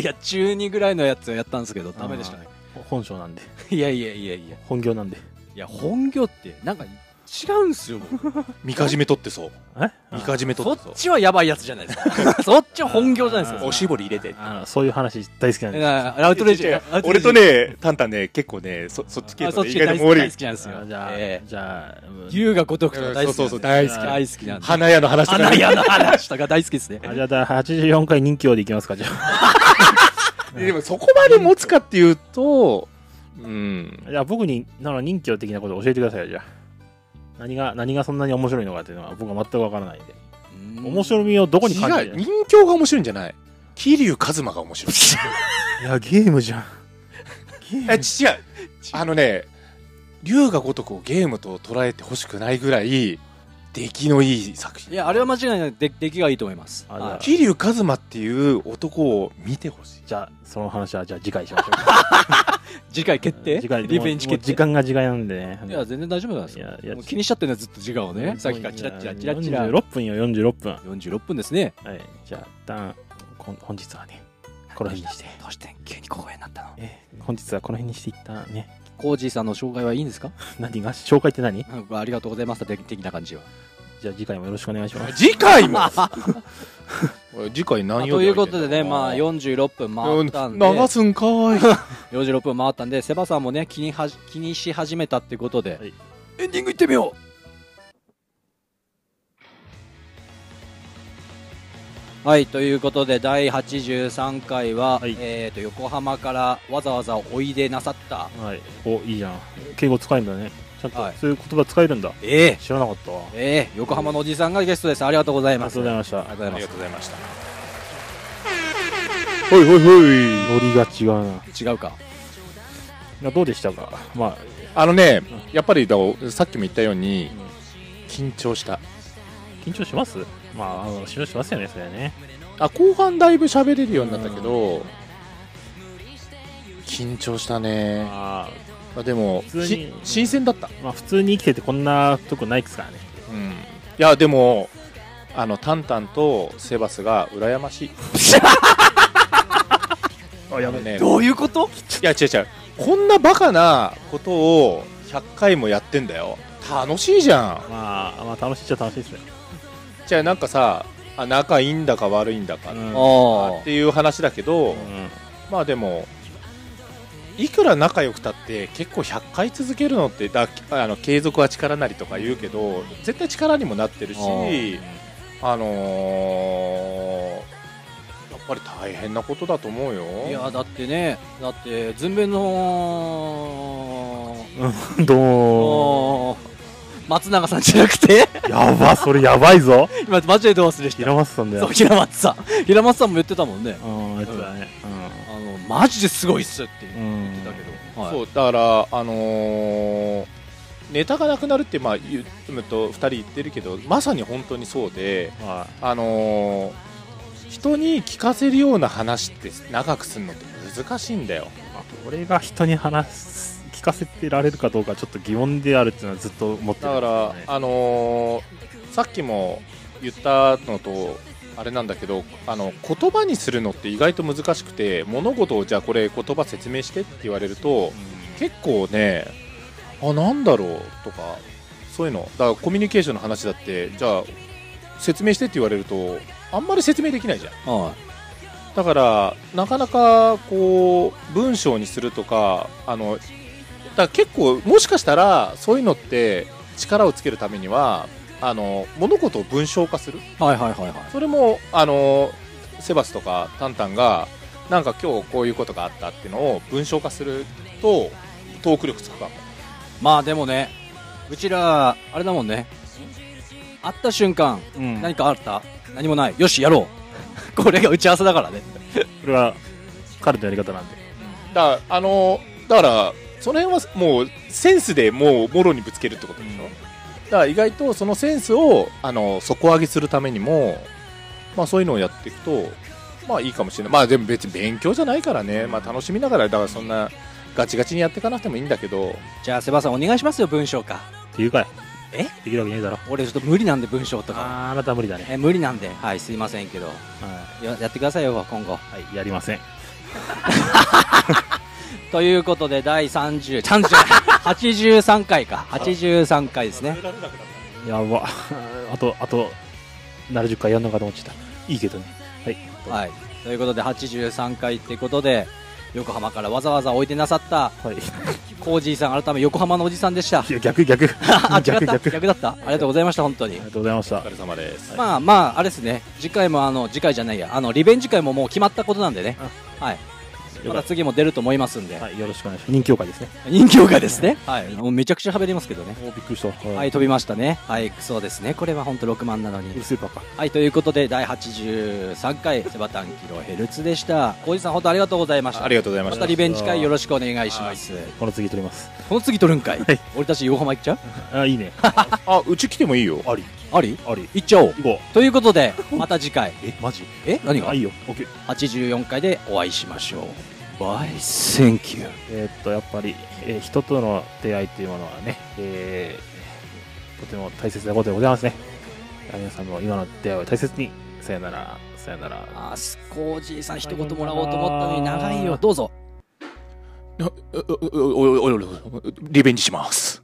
いや中2ぐらいのやつをやったんですけどダメでしたね
本性なんで
いやいやいやいや
本業なんで
いや本業ってなんか違うんすよ僕
みかじめ取ってそう
え
みかじめ取
そ
っ
って
そう
ちはやばいやつじゃないですか そっちは本業じゃないですか
おしぼり入れて
あのそういう話大好きなん
え
です
なアウトレジ
違う違う
アウトレ
俺
ジ
とねタンタンね結構ねそそっち系
あそ
の
っ
ね
ち
意
大
外と
好き
盛
大
り
好きなんですよ
あじゃあ、
ええ
じゃあうん
優雅ごとくとか大好き
そうそう大好き
大好きなんで
花屋の話
花屋の話とか大好きですね
あじゃあだ84回人気王でいきますかじゃ あ
ででもそこまで持つかっていうとうん
じゃあ僕になら人気王的なことを教えてくださいよじゃあ何が何がそんなに面白いのかっていうのは僕は全くわからないんで、面白みをどこに感じ
違
る
う人形が面白いんじゃない桐生一馬が 面白い
いやゲームじゃんゲ
えち違うあのね龍が如くをゲームと捉えてほしくないぐらい出来のいい作
い
品
やあれは間違いないで出来がいいと思います
あじゃあ
はい
桐生一馬っていう男を見てほしい
じゃあその話はじゃあ次回しましょう
次回決定
次回
リベンジ
もうもう
決定
時間が時間なんでね
いや全然大丈夫なんです
い
よ
やいや
もう気にしちゃってるのはずっと時間をねさっきからチラッチラッチラッチラ
46分よ46分は
46分ですね
いじゃあ一旦こん本日はねこの辺にして
どうして急にここになったの
え本日はこの辺にして一旦ね
コージーさんの紹介はいいんですか
何が紹介って何
なんかありがとうございました的的な感じは
じゃあ次回もよろしくお願いします
次回も 次回何曜
と
日
い
空
うこ
てんだ
とでねまあ46分回ったんで
流すんか ーい
46分回ったんでセバさんもね気にはじ気にし始めたってことで、
はい
エンディングいってみようはいということで第83回は、
はい
えー、と横浜からわざわざおいでなさった
はいおいいじゃん敬語使えるんだねちゃんと
はい
そういう言葉使えるんだ
ええ
知らなかったわあ
ええ横浜のおじさんがゲストですありがとうござい
り
ま
が
す
とうございました
ありがとう
あ
ご
り
ざ
が
い
とうございましたほいほいほい
ノリが違うな
ます違うか
いやどうでしたかまあ
あのねやっぱりださっきも言ったように緊張した
緊張しますまああの緊張しますよねそれはね
あ後半だいぶ喋れるようになったけど緊張したね
まあ
まあでも
普通に
し新鮮だった、
まあ普通に生きててこんなとこないですからね
うん、いやでもあのタンタンとセバスが羨ましい
あや
あのね
どういうこと
いや違う違うこんなバカなことを100回もやってんだよ楽しいじゃん
まあ、まあ楽しいっちゃ楽しいですね、
じゃあなんかさあ仲いいんだか悪いんだか
うん
あ
っていう話だけど、まあでもいくら仲良くたって結構100回続けるのってだあの継続は力なりとか言うけど絶対力にもなってるし
あー
あのーやっぱり大変なことだと思うよ
あいやだってねだってズンベンの
うん、ど
おー松永さんじゃなくて
う やばそれやば いぞ
今マジでどうするでした
平松さんだ
そう
よ
平松さん平松さんも言ってたもんね
うんあいつだね
あのマジですごいっすって
う
言
ん、う
っ
ん、
てたけど、はい
そうだからあのーネタがなくなるってまあ言うと2人言ってるけどまさに本当にそうで
は
あのー人に聞かせるような話って長くするのって難しいんだよ
い、俺が人に話す聞かせてられるかどうかちょっと疑問であるっていうのはずっと思ってる
だから、あのーさっきも言ったのとあれなんだけどあの言葉にするのって意外と難しくて物事をじゃあこれ言葉説明してって言われると結構ねあなんだろうとかそういうのだからコミュニケーションの話だってじゃあ説明してって言われるとあんまり説明できないじゃん
は
だからなかなかこう文章にするとかあのだから結構もしかしたらそういうのって力をつけるためにはあの物事を文章化する
い、はいはいはいはい
それもあのセバスとかタンタンがなんか今日こういうことがあったっていうのを文章化するとトーク力つくかも
まあでもねうちら、あれだもんね。会った瞬間、
うん
何かあった何もない。よし、やろう。 これが打ち合わせだからね。
これは彼のやり方なんで
だあのだからその辺はもうセンスでもうもろにぶつけるってことでしょ、
うん
だから意外とそのセンスをあの底上げするためにも、まあ、そういうのをやっていくとまあいいかもしれないまあでも別に勉強じゃないからね、まあ、楽しみながらだからそんなガチガチにやっていかなくてもいいんだけど
じゃあ、セバさんお願いしますよ、文章か。
っていうかい
え
できるわけねえだろ
俺ちょっと無理なんで、文章とか。
あーあなたは無理だね
え無理なんで、はい、すいませんけど。
は
ややってくださいよ、今後。
い、はい、やりません
ということで、第30、30 83回か。83回ですね。
やば あとあと70回やんのかと思ってたいいけどねはい
はい。ということで、83回ってことで、横浜からわざわざおいでなさった、
はい、い
コージーさん、改め横浜のおじさんでした。
や逆逆
あ、違っ
逆
た
逆あ
逆だった。ありがとうございました、本当に
り。がとうございまし
お
た
疲れ様です、
まあまあ、あれですね。次回も、あの、次回じゃないや。あの、リベンジ会ももう決まったことなんでね。はい。ま
よか
た
っ
次も出ると思いますんで
た。はいよろしくお願いします人気会ですね
人形がですね。はい。もうめちゃくちゃ喋りますけどね。
おーびっくりした
はい、飛びましたね。はい、そうですね。これは本当6万なのに。
スーパーか
はい、ということで、第83回、セバタンキロヘルツでした。小路さん、本当ありがとうございました。
ありがとうございま
ま
した
リベンジ会よろしくお願いします。
この次撮ります
この次取るんかい
はい。
俺たち横浜行っちゃう
あいいね
あうち来てもいいよ
あり
あり
あり
行っちゃおう。
行こ
ということで、また次回、
うえマジ
え何
あ
が
いいよ OK
84回でお会いしましょう。バイ、センキュー。
えーっとやっぱり、えー人との出会いというものはね、えーとても大切なことでございますね皆さんも今の出会いを大切にさよならさよなら
あすコージーさん、一言もらおうと思ったのに長いよ。どうぞ。
おおおおおおリベンジします